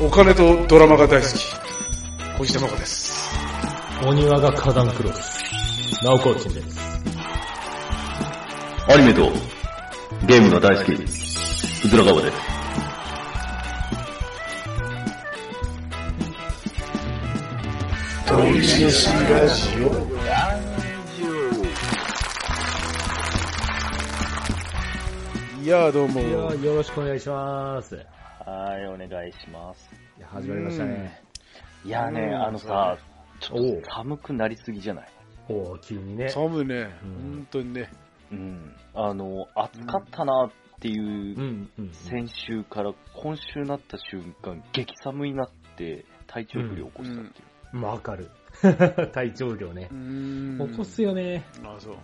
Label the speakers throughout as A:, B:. A: お金とドラマが大好き。小石真子です。
B: お庭が花壇黒です。ナオコーチンです。
C: アニメとゲームが大好き、うずらがわです。
A: いやーどうも
B: い。やーよろしくお願いします。い
D: はい、お願いします。
B: や始まりましたね。
D: いやね、あのさ、ちょっと寒くなりすぎじゃない
B: おー、急にね。
A: 寒いね。
B: うん
A: 本当にね。
D: うん。あの、暑かったなっていうう、
B: ん、うん。
D: 先週から今週なった瞬間、激寒になって、体調不良起こしたっていう。
B: まあわかる。 体調不良ね
A: う。ん
B: 起こすよね。
A: あ、そう。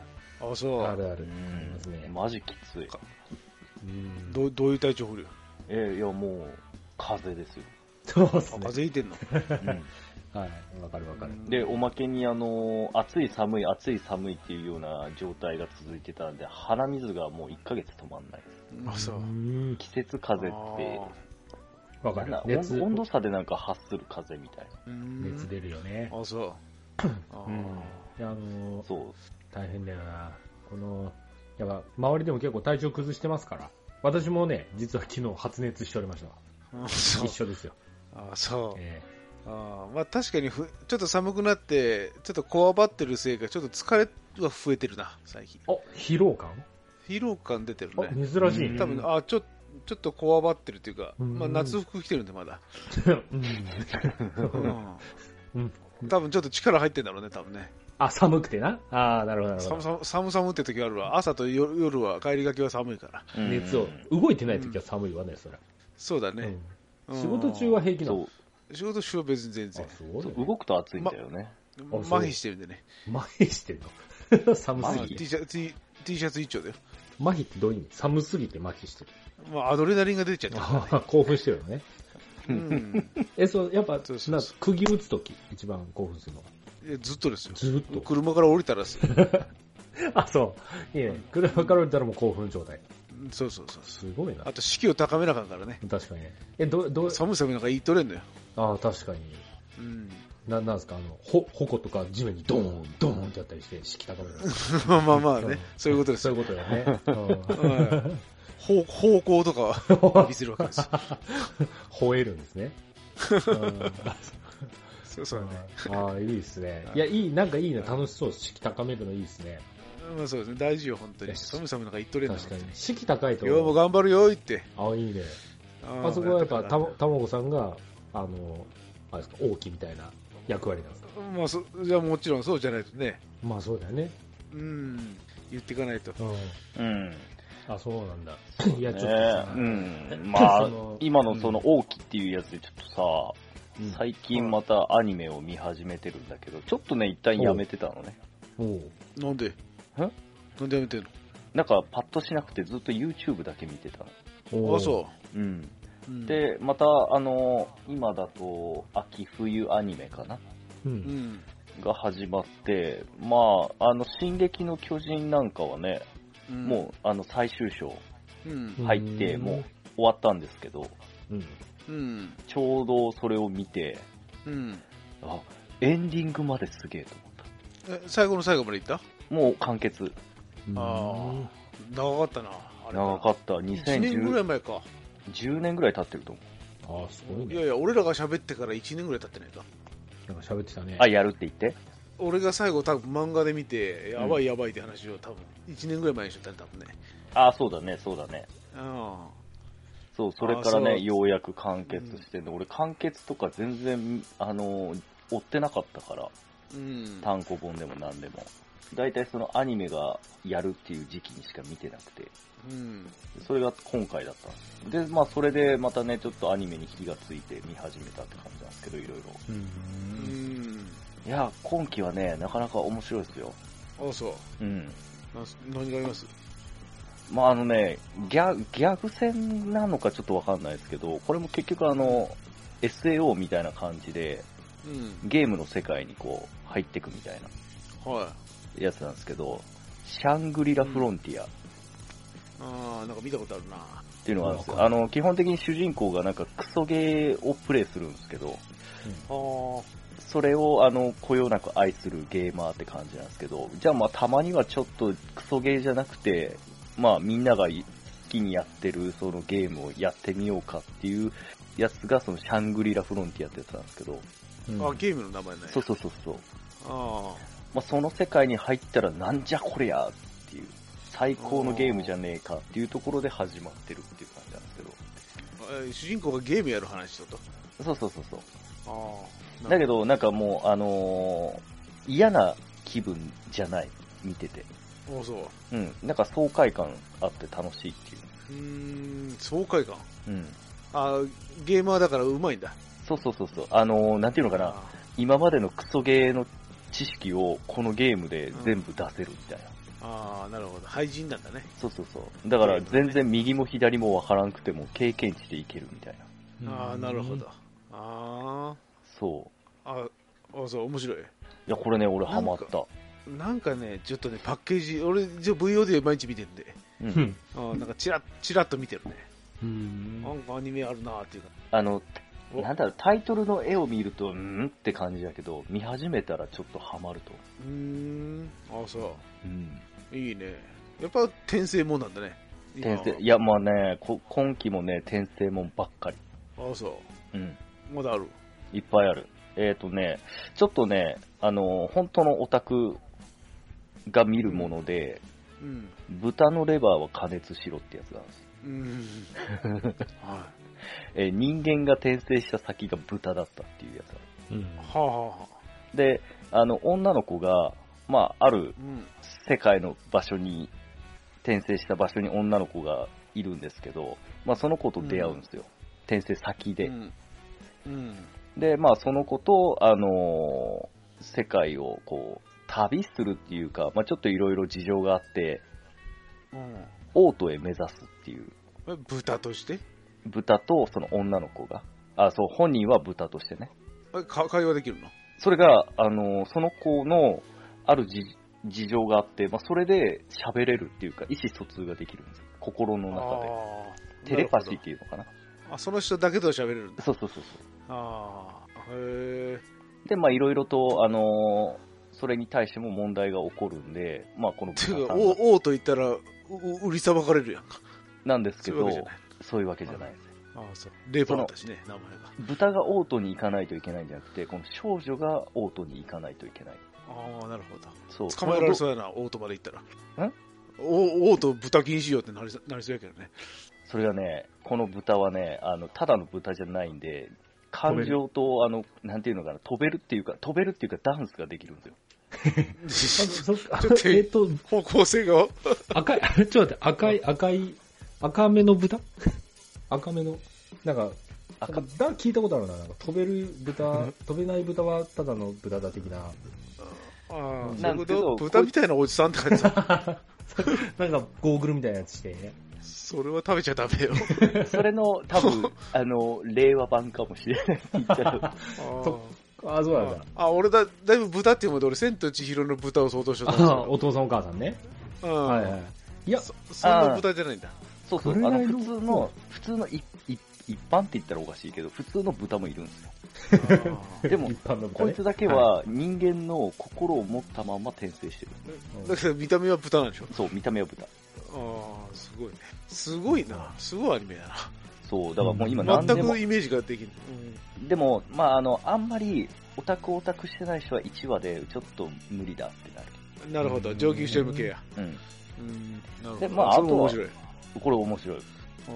A: あ、そ
B: あ
A: う。
B: るある。あります
D: う
B: ね
D: ん。マジきつい。
B: うん
A: どうどういう体調不良
D: えーいや、もう、風邪ですよ。
B: そうっす
A: あ、
B: ね。
A: 風邪ひいてんの
B: はい。わかるわかる。
D: で、おまけに、あの、暑い寒い、暑い寒いっていうような状態が続いてたんで、鼻水がもう1ヶ月止まんないです。
A: あ、そうう。
B: ん。
D: 季節風邪って、
B: わか
D: なん
B: る
D: だ。
B: 熱、
D: 温度差でなんか発する風みたい
A: あーうん
B: 熱出るよね。
A: あ、そう。あ
B: うん。いや、あの
D: な。
B: ー
D: そう。
B: 大変だよな。この、やっぱ、周りでも結構体調崩してますから。私もね、実は昨日発熱しておりましたわ。
A: ーあ、そう
B: 一。緒ですよ。
A: あ、そう。
B: え
A: あーまあ確かにふちょっと寒くなって、ちょっとこわばってるせいか、ちょっと疲れは増えてるな、最近。
B: えお、疲労感
A: 疲労感出てる
B: お、
A: ね。
B: 珍しいね。
A: 多分、あーちょちょっとこわばってるっていうか、
B: うん
A: まあ、夏服着てるんで、まだ。
B: うんうん
A: うん多分ちょっと力入ってんだろうね、多分ね。
B: あ、寒くてな。ああ、なるほど、なるほ
A: 寒
B: ど。
A: さ寒寒って時あるわ。朝と夜夜は帰りがけは寒いから。
B: 熱を。動いてない時は寒いわね、それ。
A: そうだね。
B: うん
A: うん
B: 仕事中は平気な
D: そ
B: の。
D: う。
A: 仕事中は別に全
B: あ
A: 然。、
B: すごいね。
D: 動くと暑いんだよね。
A: 麻痺してるんでね。
B: 麻痺してんの。 寒
A: まあ
B: す
D: 麻痺
B: ぎて。
A: T シャツ T- T シャツ一丁だよ。
B: 麻痺ってどういう意味寒すぎて麻痺してる。
A: まあ、アドレナリンが出ちゃってるからね。
B: 興奮してるのね。
A: うん
B: え、そう、やっぱ、
A: そうそう
B: な
A: そう
B: 釘打つ時、一番興奮するのは。
A: いやずっとですよ。
B: ずっと。
A: 車から降りたらす、
B: あ、そう。いいね。車から降りたらもう興奮状態。
A: うんそうそうそう。
B: すごいな
A: あ。と、士気を高めなあかんからね。
B: 確かに。え、ど、ど、
A: 寒さもなんか言いとれんのよ。
B: ああ、確かに。
A: うん。
B: な、なんですか、あの、ほ、矛とか地面にドーン、ドーンってやったりして、敷き高める。
A: まあまあまあね。
B: そ
A: そうういうことです
B: そう
A: よ。
B: いうことだよね。う
A: う
B: ん
A: ん方方向とかは見せるわけですよ。
B: 吠えるんですね。うん
A: そうそうだね。
B: ああ、いいですね。いや、いい、なんかいいな、楽しそう。敷き高めるのいいですね。
A: まあそうですね。大事よ、本当
B: よ
A: に。
B: し
A: 寒さもなんか言っとれんのよ
B: 確かに。敷高いと。
A: ようも頑張るよーって。
B: ああ、いいね。
A: あ
B: あそこはやっぱ、た
A: た
B: ま、たまごさんが、あの、あれですか、王旗みたいな役割なんですか。
A: まあそ、じゃあもちろんそうじゃないとね。
B: まあ、そうだよね。
A: うん。言っていかないと。
B: うん。
D: うん。
B: あ、そうなんだ。 いや、ちょっと
D: ね
B: さ
D: えうん。ま
B: そ
D: あ
B: の、
D: 今のその、王毅っていうやつでちょ
B: うん
D: っとさ、最近またアニメを見始めてるんだけど、ちょっとね、一旦やめてたのね。
B: おう
A: なんで
D: え
A: なんでやめてん
D: なんか、パッとしなくてずっと YouTube だけ見てたの。
B: お
A: の
B: う
A: あ、そ
D: うん。
A: う。うん、
D: で、また、あの、今だと、秋冬アニメかな
A: う
B: う。
A: んん。
D: が始まって、まあ、あの、進撃の巨人なんかはね、
A: うん
D: もう、あの、最終章
A: うん。
D: 入って、
B: うん
D: もう終わったんですけど、
B: うん。
A: うん。
D: ちょうどそれを見て、
A: うん。
D: あ、エンディングまですげえと思った。
A: え最後の最後まで行った
D: もう完結。
A: あ長かったな。あれ
D: 長かった。
A: 1年ぐらい
D: 2010
A: 前か。
D: 10年ぐらい経ってると思
B: ああ、すごい
A: いや
B: ね。
A: いや、俺らが喋ってから1年ぐらい経ってないか。
B: なんか喋ってたね。
D: う。あ、やるって言って。
A: 俺が最後多分漫画で見て、やばいやばいって話を多分1年ぐらい前にしちゃったね、多分ね。
D: あ、そうだね、そうだね。
A: うん。
D: そう、それから
A: そ
D: ね、
A: う
D: ようやく完結してんで、俺完結とか全然、あの、追ってなかったから、
A: うん。
D: 単行本でも何でも。大体そのアニメがやるっていう時期にしか見てなくて。
A: うん。
D: それが今回だったんです。で、まあそれでまたね、ちょっとアニメに火がついて見始めたって感じなんですけど、いろいろ。
B: う。
A: うんん。
D: いや、今期はね、なかなか面白いですよ。
A: あ、そう。
D: うん。
A: な何があります
D: まああのね、ギャギャグ戦なのかちょっとわかんないですけど、これも結局あの、SAO みたいな感じで、
A: うん。
D: ゲームの世界にこう、入ってくみたいな
A: は
D: やつなんですけど、シャングリラフロンティア。
A: い。あーなんか見たことあるな。
D: っていうのがあるんです
B: わ
D: よ。
B: か
D: あ
B: る
D: の、基本的に主人公がなんかクソゲーをプレイするんですけど、
A: あー
D: それをあの、こよなく愛するゲーマーって感じなんですけど、じゃあまあたまにはちょっとクソゲーじゃなくて、まあみんなが好きにやってるそのゲームをやってみようかっていうやつがそのシャングリラフロンティアってやつなんですけど、
B: うん
A: あ、ゲームの名前ね。
D: そうそうそうそう。
A: あ
D: まあその世界に入ったらなんじゃこりゃっていう、最高のゲームじゃねえかっていうところで始まってるっていう感じなんですけど、
A: ーえー主人公がゲームやる話だと。
D: そうそうそうそう。
A: ああ。
D: だけ
A: ど、
D: ど、なんかもう、あのー嫌な気分じゃない、見てて。
A: もうそう。う
D: うん、なんか爽快感あって楽しいっていう。
A: ーん、爽快感。
D: うん。
A: あーゲーマーだからうまいんだ。
D: そうそうそうそう。あのーなんていうのかな、
A: あ
D: 今までのクソゲーの知識をこのゲームで全部出せるみたいな。
A: ーあー、なるほど。廃人なんだね。
D: そうそうそう。だから全然右も左もわからんくても経験値でいけるみたいな。
A: ああ、なるほど。。あ
D: そう。
A: あ。ああ、そう、面白い。
D: いや、これね、俺ハマっ
A: なん
D: た。
A: なんかね、ちょっとね、パッケージ、俺、じゃあ VOD 毎日見てるんで、
B: う
D: う。
B: んん。
A: あーなんかチラッ、チラッと見てるね。
B: うん
A: なんかアニメあるなーっていうか。
D: あの、
A: お
D: なんだろう、タイトルの絵を見ると、うーんって感じだけど、見始めたらちょっとハマると。
A: うーん、ああ、そ
D: うん。
A: う。いいね。やっぱ転生もんなんだね。今
D: 転
A: は
D: 生、いや、まあね、こ今期もね、転生もんばっかり。
A: ああ、そ
D: うん。
A: う。まだある。
D: いっぱいある。えっ、とね、ちょっとね、あの、本当のオタクが見るもので、
A: うん。
D: 豚のレバーは加熱しろってやつなんです。
A: うん。 は
D: えー人間が転生した先が豚だったっていうやつ
B: う
D: なんで
B: ん
A: い。はあ、はあはあ、
D: す。で、あの、女の子が、まあ、ある
A: うん。
D: 世界の場所に、転生した場所に女の子がいるんですけど、まあ、その子と出会うんですよ。転生先で。
A: うん。うん。
D: で、まあ、その子と、あのー世界をこう、旅するっていうか、まあ、ちょっといろいろ事情があって、
A: うん
D: 王都へ目指すっていう、
A: え豚として
D: 豚とその女の子が、あ、そう、本人は豚としてね。
A: えか会話できるの
D: それが、あのーその子の、ある事事情があって、まあ、それで喋れるっていうか、意思疎通ができるんですよ。心の中で。
A: あー
D: テレパシ
A: な
D: ー
A: る
D: っていうのかな。
A: ほどあ、その人だけと喋れるんだ。
D: そうそうそうそう。
A: ああ。へえ。
D: で、まあ、いろいろと、あのーそれに対しても問題が起こるんで、まあ、この
A: て
D: 豚
A: いう
D: さ
A: か、
D: んが
A: 王王と言ったら、うう売りさばかれるやんか。
D: なんですけ
A: そういうわけじ
D: ど
A: ゃ、ない。
D: そういうわけじゃないです。
A: ああ、そう。レバーだしね、名前が。
D: 豚が王都に行かないといけないんじゃなくて、この少女が王都に行かないといけない。
A: ああ、なるほど。
D: そう。
A: 捕まえられ
D: そ。
A: そううやな、オートまで行ったら。
D: ん
A: おオート豚禁止よってなりそなりそうやけどね。
D: それがね、この豚はね、あの、ただの豚じゃないんで、感情と、あの、なんていうのかな、飛べるっていうか、飛べるっていうかダンスができるんですよ。
B: あそっか
A: ちょっと
B: えっと、
A: 方向性が、
B: 赤い、ちょっと待って、赤い、赤い、赤目の豚赤目の、なんか、
D: 赤
B: なんかだ聞いたことあるな、なんか飛べる豚、飛べない豚はただの豚だ的な。
A: ああ、そ
D: な
A: うんい
D: で
A: うこ
D: すけど
A: と豚みたいなおじさんって感じだ。
B: なんかゴーグルみたいなやつしてね。
A: それは食べちゃダメよ。
D: それの、多分、あの、令和版かもしれな いって言ったら。
B: そああ、そうなんだ。
A: ああ、俺だ、だいぶ豚っていうもので、俺、千と千尋の豚を想像してたんです
B: あ
A: よ。
B: お父さんお母さんね。
A: うん
B: はいはい。いや、
A: そそんな豚じゃないんだ。
D: そうそう、あ
B: 紅
D: の、
B: の
D: 普通の、普通のいい一般って言ったらおかしいけど、普通の豚もいるんですよ。
A: あ
D: でも
B: 一般の豚
D: こい
B: ね
D: つ。だけは人間の心を持ったまんま転生してる。
A: あだけど見た目は豚なんでしょ
D: そう、見た目は豚。
A: ああ、すごいね。すごいな。すごいアニメや
D: そう、だからもう今
A: な。
D: 何で
A: 全
D: も
A: く、イメージができん。うん
D: でも、まああの、あんまりオタクオタクしてない人は1話でちょっと無理だってなる。
A: なるほど、上級者向けや。
D: うん。
A: うん、なるほ
D: で
A: ど。
D: まあ
A: それも
D: あ
A: 面
D: と
A: 白い。
D: これ面白い。
A: お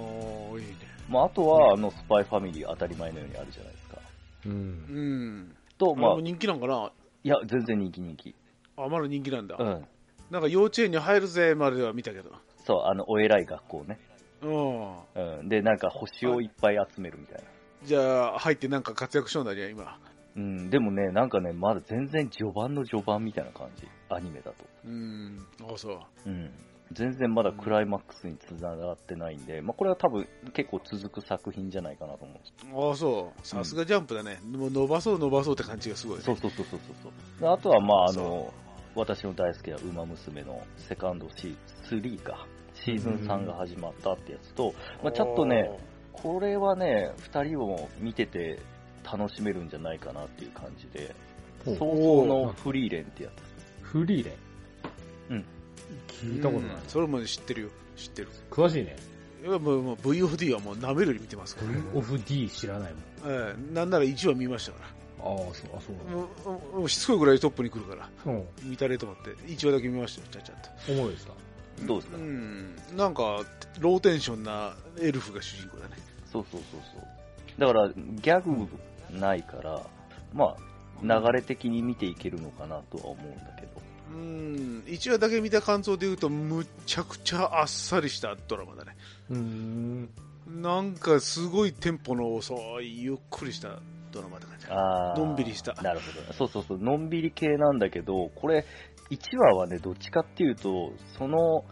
A: ーいいね。
D: まああとは、あの、スパイファミリー当たり前のようにあるじゃないですか。
B: うん。
A: うん。
D: と、
A: あ、
D: まあ
A: も、人気なんかな
D: いや、全然人気人気。
A: あ、まだ人気なんだ。
D: うん。
A: なんか幼稚園に入るぜまでは見たけど。
D: そう、あの、お偉い学校ね。
A: うん。
D: うん。で、なんか星をいっぱい集めるみたいな。
A: じゃあ、入ってなんか活躍しようんだね、今。
D: うん、でもね、なんかね、まだ全然序盤の序盤みたいな感じ、アニメだと。
A: うん。あ、そう。
D: うん。全然まだクライマックスに繋がってないんで、まあこれは多分結構続く作品じゃないかなと思うんです
A: あそう。さすがジャンプだね。もう伸ばそう伸ばそうって感じがすごい、ね。
D: そうそうそうそうそうそう。であとはまああ
A: そ
D: の、私の大好きな馬娘のセカンドシーズン3か。シーズン3が始まったってやつと、まあ、ちょっとね、これはね、2人を見てて楽しめるんじゃないかなっていう感じで、
B: ほう
D: 早々のフリーレンってや
B: フリーレン
D: うん。
B: 聞いたことない
A: うん。それも知ってるよ知ってる
B: 詳しいね。
A: いやもうもう VOD はもう舐めるより見てますから、
B: オフ D 知らないもん。
A: ええなんなら1話見ましたか
B: ああ、そう、あ、そう
A: らもうもうもうしつこいぐらいトップに来るから
B: なんだ。
A: 見たれと思って1話だけ見ましたよちゃちゃっと
B: うん。重いですか
D: つ。どうですか、
A: うんなんかローテンションなエルフが主人公だね
D: そうそうそうそう。だから、ギャグないから、まあ、流れ的に見ていけるのかなとは思うんだけど。
A: うん1話だけ見た感想で言うとむちゃくちゃあっさりしたドラマだね
B: うーん。
A: なんかすごいテンポの遅いゆっくりしたドラマって感じ
D: あー
A: のんびりした
D: なるほど。そうそうそう、のんびり系なんだけど、これ、1話はね、どっちかっていうと、その、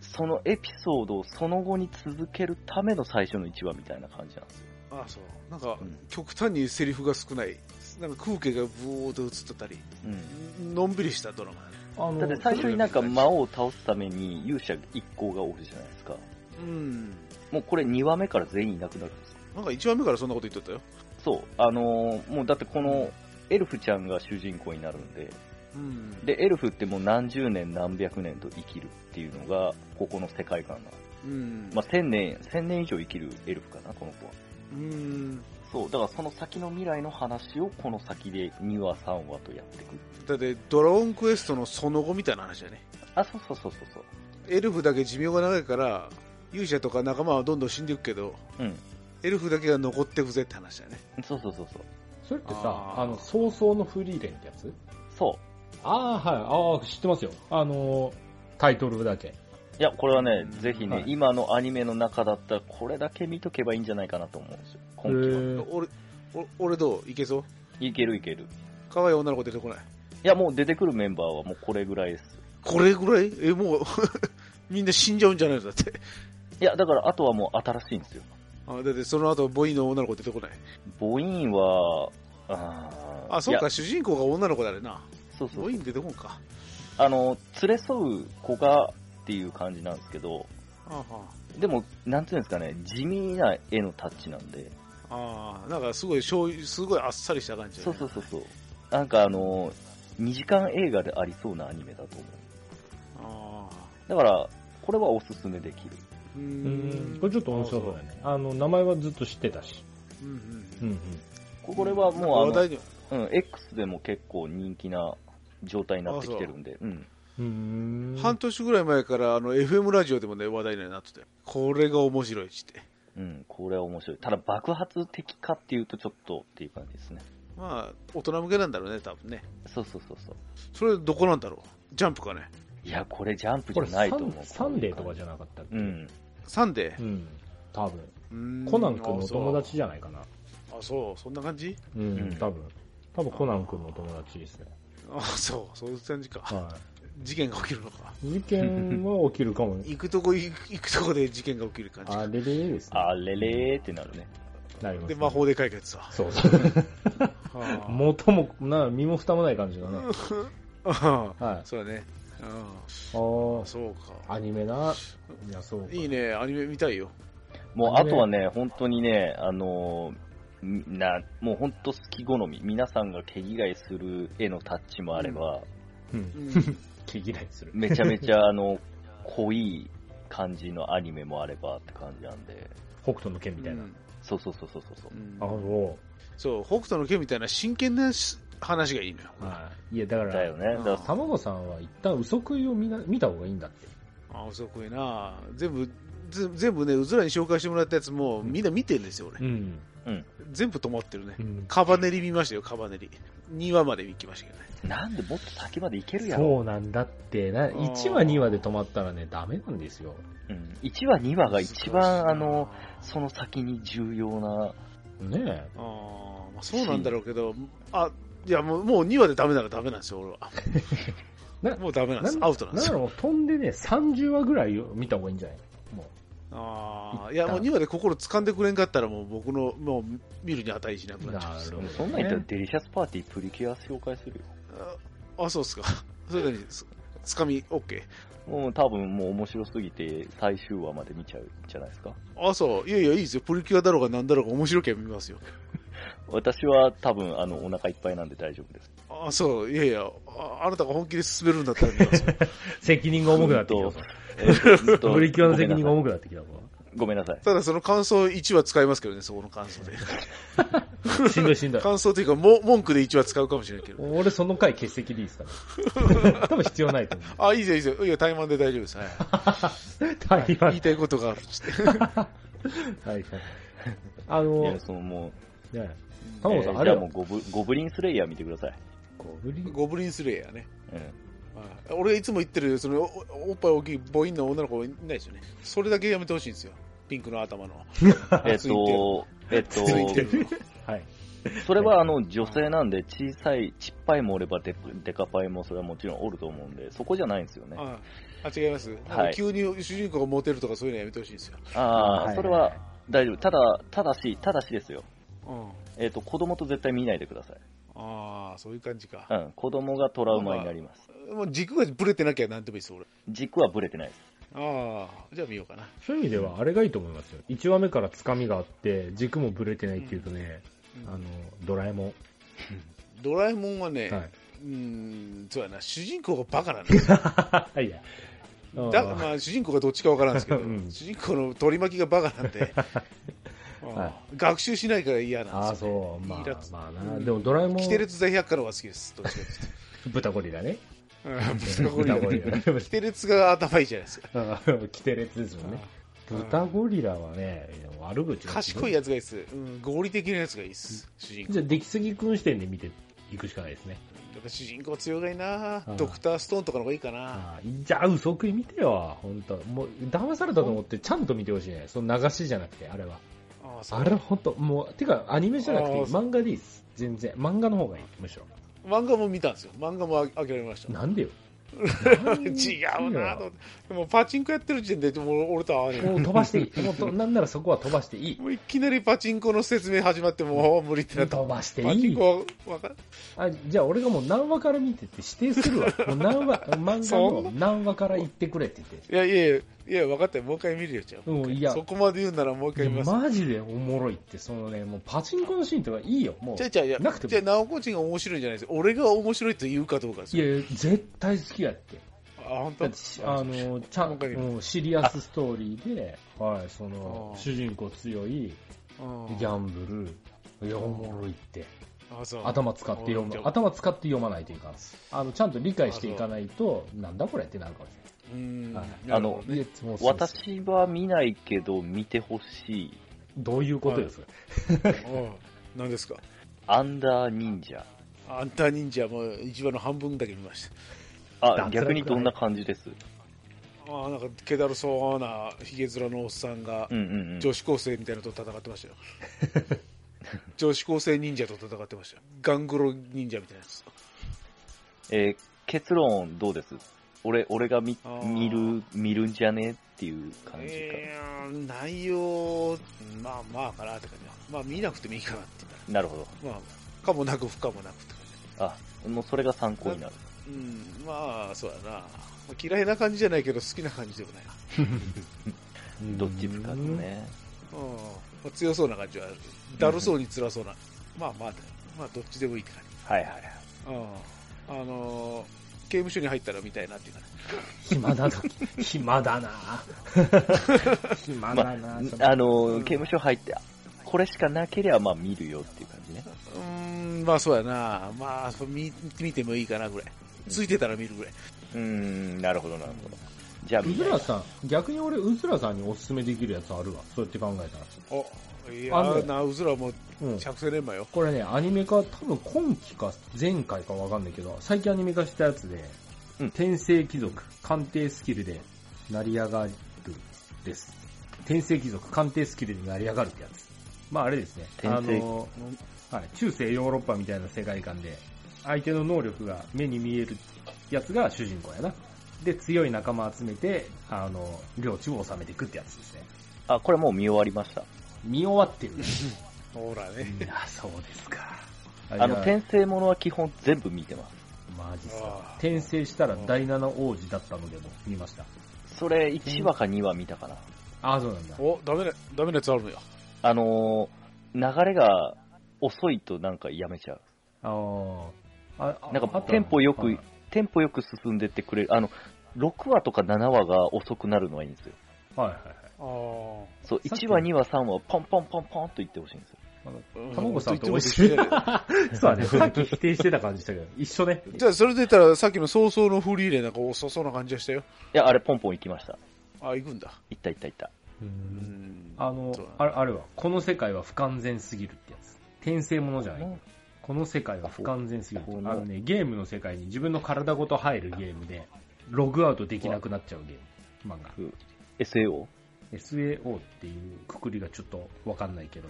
D: そのエピソードをその後に続けるための最初の1話みたいな感じなんですよ。
A: あそうなんか
D: うん
A: 極端にセリフが少ないなんか空気がブーッと映ってたり
D: うん。
A: のんびりしたドラマだね
B: あ
D: だって
B: の、
D: 最初になんか魔王を倒すために勇者一行がおるじゃないですか。
A: うん
D: もうこれ2話目から全員いなくなるんですよ。
A: なんか1話目からそんなこと言ってたよ
D: そう。あのーもうだってこのエルフちゃんが主人公になるんで、
A: うん
D: で、エルフってもう何十年何百年と生きるっていうのが、ここの世界観なんです
A: うん
D: まあ、千年、千年以上生きるエルフかな、この子は。
A: うん
D: そう、だからその先の未来の話をこの先で2話、3話とやっていく。
A: だってドラゴンクエストのその後みたいな話だね
D: あ、そうそうそうそうそう。
A: エルフだけ寿命が長いから勇者とか仲間はどんどん死んでいくけど
D: うん。
A: エルフだけが残っていくぜって話だね
D: そうそうそうそう。
B: それってさ
A: あ、ー
B: あの、早々のフリーレンってやつ
D: そ
B: ああ、はい。ああ、知ってますよ。あのー、タイトルだけ。
D: う。いや、これは
A: う、
D: ね
A: ん
D: ぜひね、
B: はい
D: 今のアニメの中だったら、これだけ見とけばいいんじゃないかなと思うんですよ。今季は。
B: へー
A: 俺お俺どういけそう
D: いけるいける。
A: 可愛い女の子出てこない
D: いや、もう出てくるメンバーはもうこれぐらいです。
A: これぐらいえもう みんな死んじゃうんじゃないのだって
D: いや、だからあとはもう新しいんですよ。
A: あだってその後ボイの女の子出てこない
D: ボインは、あー
A: あそう
D: い
A: か
D: や
A: 主人公が女の子だねな
D: そうそう
A: ボイン出てこんか
D: あの、連れ添う子がっていう感じなんですけど、
A: あ
D: でも、なんていうんですかね、地味な絵のタッチなんで、
A: あああなんかすごい醤油すごいあっさりした感じだ
D: そ
A: ね
D: うそうそうそう、なんかあの、2時間映画でありそうなアニメだと思う。
A: ああ
D: だから、これはおすすめできる。
A: うー
B: うーん。これちょっと面白そうだね。あの、名前はずっと知ってたし。
A: うんうん
B: う
A: うんん
B: うん。
D: ここれはもう、
A: 話
D: あ
A: 題に
D: の、うん、X でも結構人気な状態になってきてるんで、うん。
B: うーん。
A: 半年ぐらい前からあの FM ラジオでもね話題になっててこれが面白いっつって
D: うん、これは面白い。ただ爆発的かっていうとちょっとっていう感じですね。
A: まあ大人向けなんだろうね多分ね
D: そうそうそうそう。
A: それどこなんだろうジャンプかね
D: いや、これジャンプじ
B: こ
D: ゃ
B: れ
D: な
B: サ
D: いと思う
B: ン。サンデーとか
D: じ
B: じゃなかったっけ
D: ゃうん。
A: サンデー
B: うん。多分。
A: うーん
B: コナン君のお友達じゃないかな。
A: あそうあそうそんな感じ
B: う
D: うん
B: ん、多分。多分コナン君のお友達ですね。
A: あそうそういう感じか
B: は
A: 事件が起きるのか
B: い。事件は起きるかもね。
A: 行くとこ行く行くとこで事件が起きる感じ
B: あ
A: か
B: れれですね。
D: あれれーってなるね。
B: なりますね
A: で魔。法で解決さ
B: そうそう。
A: はあ
B: 元も、な、身も蓋もない感じだね。はい。
A: ああ
B: あ
A: そうだねうん
B: あ
A: あ、そうか
B: アニメな。いや、そうか。
A: いいねアニメ見たいよ
D: もう、
B: ア
D: あ
B: ニメ
D: とはね、本当にね、あのーんな、もう本当好き好み。皆さんが毛嫌いする絵のタッチもあれば、
B: うん。
A: うん
B: 毛嫌いする。
D: めちゃめ ちゃ、あの、濃い感じのアニメもあればって感じなんで。
B: 北斗の剣みたいな。
A: う
B: あ
A: ん
D: そうそうそうそうそう。
A: うん
B: そ
A: そう北斗の拳みたいな真剣なし話がいいのよ
B: う。はい。いや、だか
D: だ
B: ら
D: よ、ね。だか
A: うん
B: たまごさんは一旦嘘食いを見な見た方がいいんだって。
A: あ遅くいな全部ぜ全部ねうずらに紹介してもらったやつもみんな見てるんですよ俺
B: ん。
A: 全部止まってるね
B: うん。
A: カバネリ見ましたよカバネリ2話まで行きましたけどね
D: らなんでもっと先までいけるやろ。
B: そうなんだって、な、1話2話で止まったらね、ダメなんですよ。
D: うん。1話、2話が一番、あの、
A: 難しい
D: その先に重要な、
B: ねえ。
A: なあー、まあ、そうなんだろうけどあいやもうもう2話でダメならダメなんですよ俺は
B: な
A: もうダメなんです
B: な
A: アウトなんで
B: な
A: す
B: んだ
A: よ
B: ろう、飛んでね、30話ぐらいを見た方がいいんじゃないも
A: ああいやもう2話で心掴んでくれんかったらもう僕のもう見るに値しなく
B: う。
A: なっちゃうんですよ
B: ほ
D: そんなん言ったらデリシャスパーティープリキュア紹介するよ。
A: ああそうっすかそれなりにつつかみ OK
D: うん、多分もう面白すぎて最終話まで見ちゃうんじゃないですか。
A: あ、そう。いやいや、いいですよ。プリキュアだろうが何だろうが面白きゃ見ますよ。
D: 私は多分あのお腹いっぱいなんで大丈夫です。
A: あ、そう。いやいや、ああなたが本気で進めるんだったら見ます よ。
B: 責任が重くなってきたぞ。
D: えーと
B: ブリキュアの責任が重くなってきたぞ。
D: ごめんなさい。
A: ただその感想1話使いますけどね、そこの感 想で。
B: しんどいしんどい。
A: 感想というか、も文句で1話使うかもしれないけど。
B: 俺その回欠席でいいですから。多分必要ないと思う。
A: あ、いいですよ、いいですよ。いや、怠慢で大丈夫です。はい
B: 大変。
A: 言いたいことがあるっつって。
B: はい。あ
D: い
B: の
D: や、、そのも
B: ね、
D: う、
B: タモさ
D: え
B: ん、
D: ー
B: あ
D: じ
B: れ
D: ゃあ
B: は
D: もうゴブゴブリンスレイヤー見てくだ さい。
B: ゴ ブリン
A: ゴブリンスレイヤーね。
D: うん
A: はい俺がいつも言ってる、そのおおっぱい大きいボインの女の子いないですよね。それだけやめてほしいんですよ。ピンクの頭の。
D: えっと、えっ
A: つ いて
D: と、
A: る。
B: はい。
D: それはあの女性なんで、小さい、ちっぱいもおればデプ、デカパイもそれはもちろんおると思うんで、そこじゃないんですよ ね。あ
A: ああ違います、なんか急に主人公がモテるとかそういうのやめてほしいんですよ。
D: あー、
B: はい
D: それは大丈夫。ただ、ただし、ただしですよ。
A: うん、
D: えっと、子供と絶対見ないでください。
A: ああ、そういう感じか。
D: うん、子供がトラウマになります。
A: もう軸がぶれてなきゃなんでもいいです、俺。
D: 軸はブレてないです。
A: ああ、じゃあ見ようかな。
B: そういう意味では、あれがいいと思いますよ。1話目からつかみがあって、軸もぶれてないっていうとね、あの、ドラえもん。
A: ドラえもんはね、
B: はい。
A: うーん、そうやな、主人公がバカなん ですよ。
B: はい、いや。
A: だ
B: あー
A: まあ、主人公がどっちかわからんですけど、
B: うん
A: 主人公の取り巻きがバカなん で、うん
B: はい
A: 学習しないから嫌なん
B: あー、
A: ですよ、ね。
B: そう。ま
A: イラつ
B: あ、まあ
A: う
B: な。
A: ん
B: でもドラえもん
A: キ、テレツ大百科の方が好きです、どっちか
B: 豚ゴリラね。
A: っていうと。うん、豚
B: 豚
A: ゴ
B: ゴ
A: リ
B: リ
A: ラ
B: ラ。
A: キテレツが頭いいじゃないですか。
B: あ ーキテレツですもんね。豚ゴリラはね、悪口がす
A: 賢
B: ご
A: いやつがいいです、うん、合理的なやつがいいです、主人公。
B: じゃあ、出来すぎ君視点で見ていくしかないですね。
A: やっぱ主人公強がいいな
B: うん
A: ドクターストーンとかの方がいいかな
B: あーじゃあ、嘘食い見てよ。本当もう、騙されたと思って、ちゃんと見てほしいね。その流しじゃなくて、あれは。
A: ああそう
B: あれ本当もう、てか、アニメじゃなくていい、
A: あーそう
B: 漫画でいいです。全然。漫画の方がいい、むしろ。
A: 漫画も見たんですよ。漫画もあ諦めました。
B: なんでよ。
A: 違うなと思って。でもパチンコやってる時点で、もう俺と合わね
B: もう飛ばしていい。もうと、なんならそこは飛ばしてい
A: え。
B: い。
A: もういきなりパチンコの説明始まって、もう無理ってなった。
B: 飛ばして
A: パ
B: い
A: チン
B: い。
A: コはわか
B: あじゃあ、俺がもう何話から見てって指定するわ。もう何話、漫画の何話から言ってくれって言って。
A: いやいやいや、いや、分かったよ。もう一回見るよ、じゃあ。
B: うんいや
A: そこまで言うならもう一回見ます。
B: マジでおもろいって、そのね、もうパチンコのシーンとかいいよ。もう
A: じゃ。あ、じゃあ、いや、
B: なくても
A: じゃあ、ナオコチンが面白いんじゃないですよ。俺が面白いと言うかどうかです
B: いや
A: よ。
B: いや、絶対好きやって。
A: あ、本当
B: だってしあの、ちゃん
A: わかるよ
B: うんシリアスストーリーで、はい、その
A: あ、ー
B: 主人公強い、
A: うん
B: ギャンブル、いや、おもろいって。
A: あ、そう。
B: 頭使って読
A: うんじ
B: む
A: ゃ。あ
B: 頭使って読まないといかんす。あの、ちゃんと理解していかないと、なんだこれってなるかもし
A: うん。
B: はい
A: なるほど
B: れない。い
A: ね
B: や、もうそうそう
D: 私は見ないけど、見てほしい。
B: どういうことですか
A: うん何ですか
D: アンダー忍者。
A: アンター忍者も一話の半分だけ見ました。
D: あ、逆にどんな感じです。
A: ああ、なんか、気だるそうな、ひげ面のおっさんが
D: うん、うんうん。
A: 女子高生みたいなのと戦ってま したよ。女子高生忍者と戦ってましたよ。ガングロ忍者みたいなやつ。
D: えー結論どうです俺、俺が見
A: あ、ー
D: 見る、見るんじゃねっていう感じか。
A: えー、内容、まあまあかなって感じ。まあ見なくてもいいかなって
D: なるほど。
A: まあ、かもなく不可もなくって感
D: あ、もうそれが参考になる。
A: じ。うん、まあ、そうやな。まあ嫌いな感じじゃないけど、好きな感じでもないな。
D: どっちつかず。ね。
A: うんまあ、強そうな感じはある。だるそうに辛そうな。まあまあだよ、まあどっちでもいいって感
D: はいはいはい。
A: じ。うん。あのー刑務所に入ったらみたいなっていうかね。
B: 暇だな。暇だな。暇だな。その
D: あの、刑務所入って、これしかなければまあ見るよっていう感じね。
A: うーん、まあそうやな。まあ、見見てもいいかなぐらい。ついてたら見るぐらい。
D: うーん、なるほどなるほど。じゃあ
B: う
D: 見
B: ず
D: ない
B: らさん、逆に俺、うずらさんにおすすめできるやつあるわ。そうやって考えたら。
A: お、い
B: あん
A: や
B: の
A: な、うずらも
B: うん。
A: 着生連磨よ。
B: これね、アニメ化、多分今期か前回かわかんないけど、最近アニメ化したやつで、
D: うん
B: 転生貴族、鑑定スキルで成り上がるです。転生貴族、鑑定スキルで成り上がるってやつ。まああれですね。
D: 転生
B: あの、はい、中世ヨーロッパみたいな世界観で、相手の能力が目に見えるやつが主人公やな。で、強い仲間集めて、あの、領地を治めていくってやつですね。
D: あ、これもう見終わりました。
B: 見終わってる。
A: ほらね。
B: いや、そうですか。
D: あの、転生ものは基本全部見てます。
B: まな、アジ
A: あ
B: サ
A: ー。
B: 転生したら第7王子だったのでも見ました。
D: それ1話か2話見たかな。
B: ああ、そうなんだ。
A: お、ダメな、ダメなやつあるのよ。
D: あのー、流れが遅いとなんかやめちゃう。
B: ああ。あ
D: なん
B: あ
D: かテンポよ
B: は
D: く
B: い、
D: テンポよく進んでってくれる。あの、6話とか7話が遅くなるのはいいんですよ。
B: はいはい。
A: ああ。
D: そう、
B: さっき
D: 1話、2話、3話、ポンポンポンポンと言ってほしいんですよ。
B: 卵さん
A: 言
B: と
A: っ
B: 美味
A: て
B: しい。
A: もらっ
B: そうだね。さっき否定してた感じしたけど、一緒ね。
A: てじゃあ、それで言ったら、さっきの早々のフリーレンなんか遅そうな感じがしたよ。
D: いや、あれポンポン行きました。
A: あ、行くんだ。
D: 行った行った行った。
B: う
A: うんん
B: あの
A: そうだ、
B: あれあれは、この世界は不完全すぎるってやつ。転生ものじゃない。この世界は不完全すぎる。
D: ここ
B: あ
D: の
B: のね、ゲームの世界に自分の体ごと入るゲームで、ログアウトできなくなっちゃうゲーム、漫画。
D: SAO?
B: SAO っていうくくりがちょっとわかんないけど、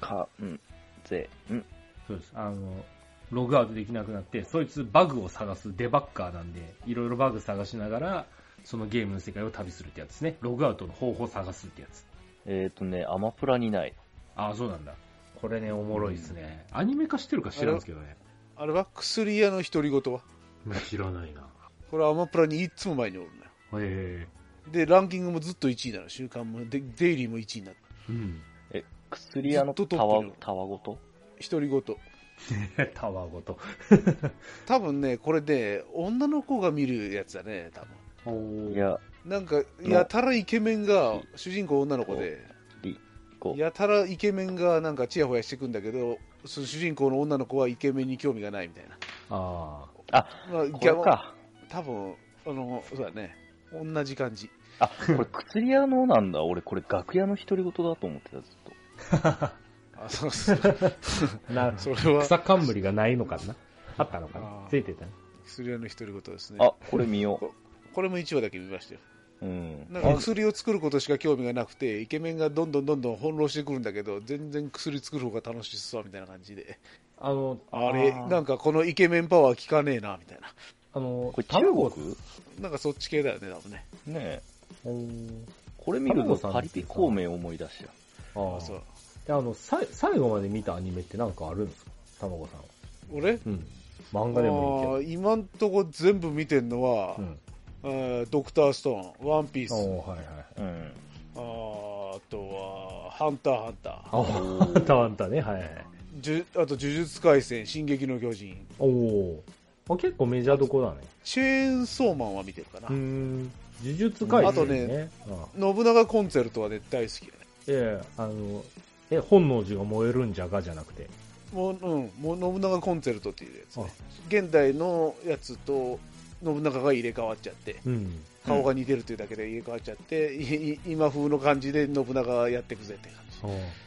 D: か、ん、ぜ、ん。
B: そうです。あの、ログアウトできなくなって、そいつバグを探すデバッカーなんで、いろいろバグ探しながら、そのゲームの世界を旅するってやつですね。ログアウトの方法探すってやつ。
D: えっ、とね、アマプラにない。
B: ああ、そうなんだ。これね、おもろいですね。アニメ化してるか知らんすけどね。
A: あれは薬屋の独り言は
B: 知らないな。
A: これはアマプラにいつも前におるのよ。
B: へ
A: で、ランキングもずっと1位なの。週刊も、でデイリーも1位になった。
B: え。うん。
D: え、薬屋の
A: ずっと
D: たわ
A: 撮ってる、
D: たわごと
A: 独り言。
B: タワーごと。
A: 多分ね、これね、女の子が見るやつだね、多分。
B: おお
D: いや、
A: なんか、やたらイケメンが、主人公女の子で、
D: こう。
A: やたらイケメンがなんかチヤホヤしてくんだけど、その主人公の女の子はイケメンに興味がないみたいな。
B: あ
A: まあ、
D: これ
A: 逆
D: か。
A: 多分、あの、そうだね。同じ感じ。
D: あ、これ薬屋のなんだ。俺、これ楽屋の独り言だと思ってた、ずっと。
A: あ、そう そう。
B: あ。なる
A: それは、
B: 草冠がないのかなあったのか
A: あ
B: な
A: ー
B: ついてたね
A: 薬屋の独り言ですね。
D: あ、これ見よ
A: これも1話だけ見ましたよ。
D: う。うん。
A: なんか薬を作ることしか興味がなくて、イケメンがどんどんどんどん翻弄してくるんだけど、全然薬作る方が楽しそうみたいな感じで、
B: あの、
A: あれ、
D: ー
A: なんかこのイケメンパワー効かねえなみたいな、
B: あの、
D: これ
B: タワゴ
D: 中国
A: なんかそっち系だよね、多分ね。
D: ねえ。
B: おー
D: これ見る
B: 卵
D: と
B: さん
D: パリピ孔明思い出しちゃう。
B: あ
A: あそう
B: あ。あの、さい最後まで見たアニメってなんかあるんですかタマゴさんは。
A: 俺
B: うん。漫画でもい
A: あー
B: い
A: 今んとこ全部見てんのは
B: けど。う、ん。
A: えードクターストーン、ワンピース、
B: おーはいはいはい。
D: うん。
A: あーあとは、ハンターハンター、
B: ああ、あんたあんたね、はいはい。
A: じゅあと呪術廻戦、進撃の巨人、
B: おお。あ結構メジャーどこだね。
A: チェーンソーマンは見てるかな。
B: ん。呪術改正、ね。
A: あとね
B: うん。
A: 信長コンセルトはね、大好きだね。
B: いやいやあの、え、本能寺が燃えるんじゃがじゃなくて。
A: もう、うん、もう信長コンセルトっていうやつ
B: あ
A: ね。現代のやつと信長が入れ替わっちゃって、
B: うん。
A: 顔が似てるというだけで入れ替わっちゃって、いい今風の感じで信長やってくぜって感じ
B: ああ
A: のやつだ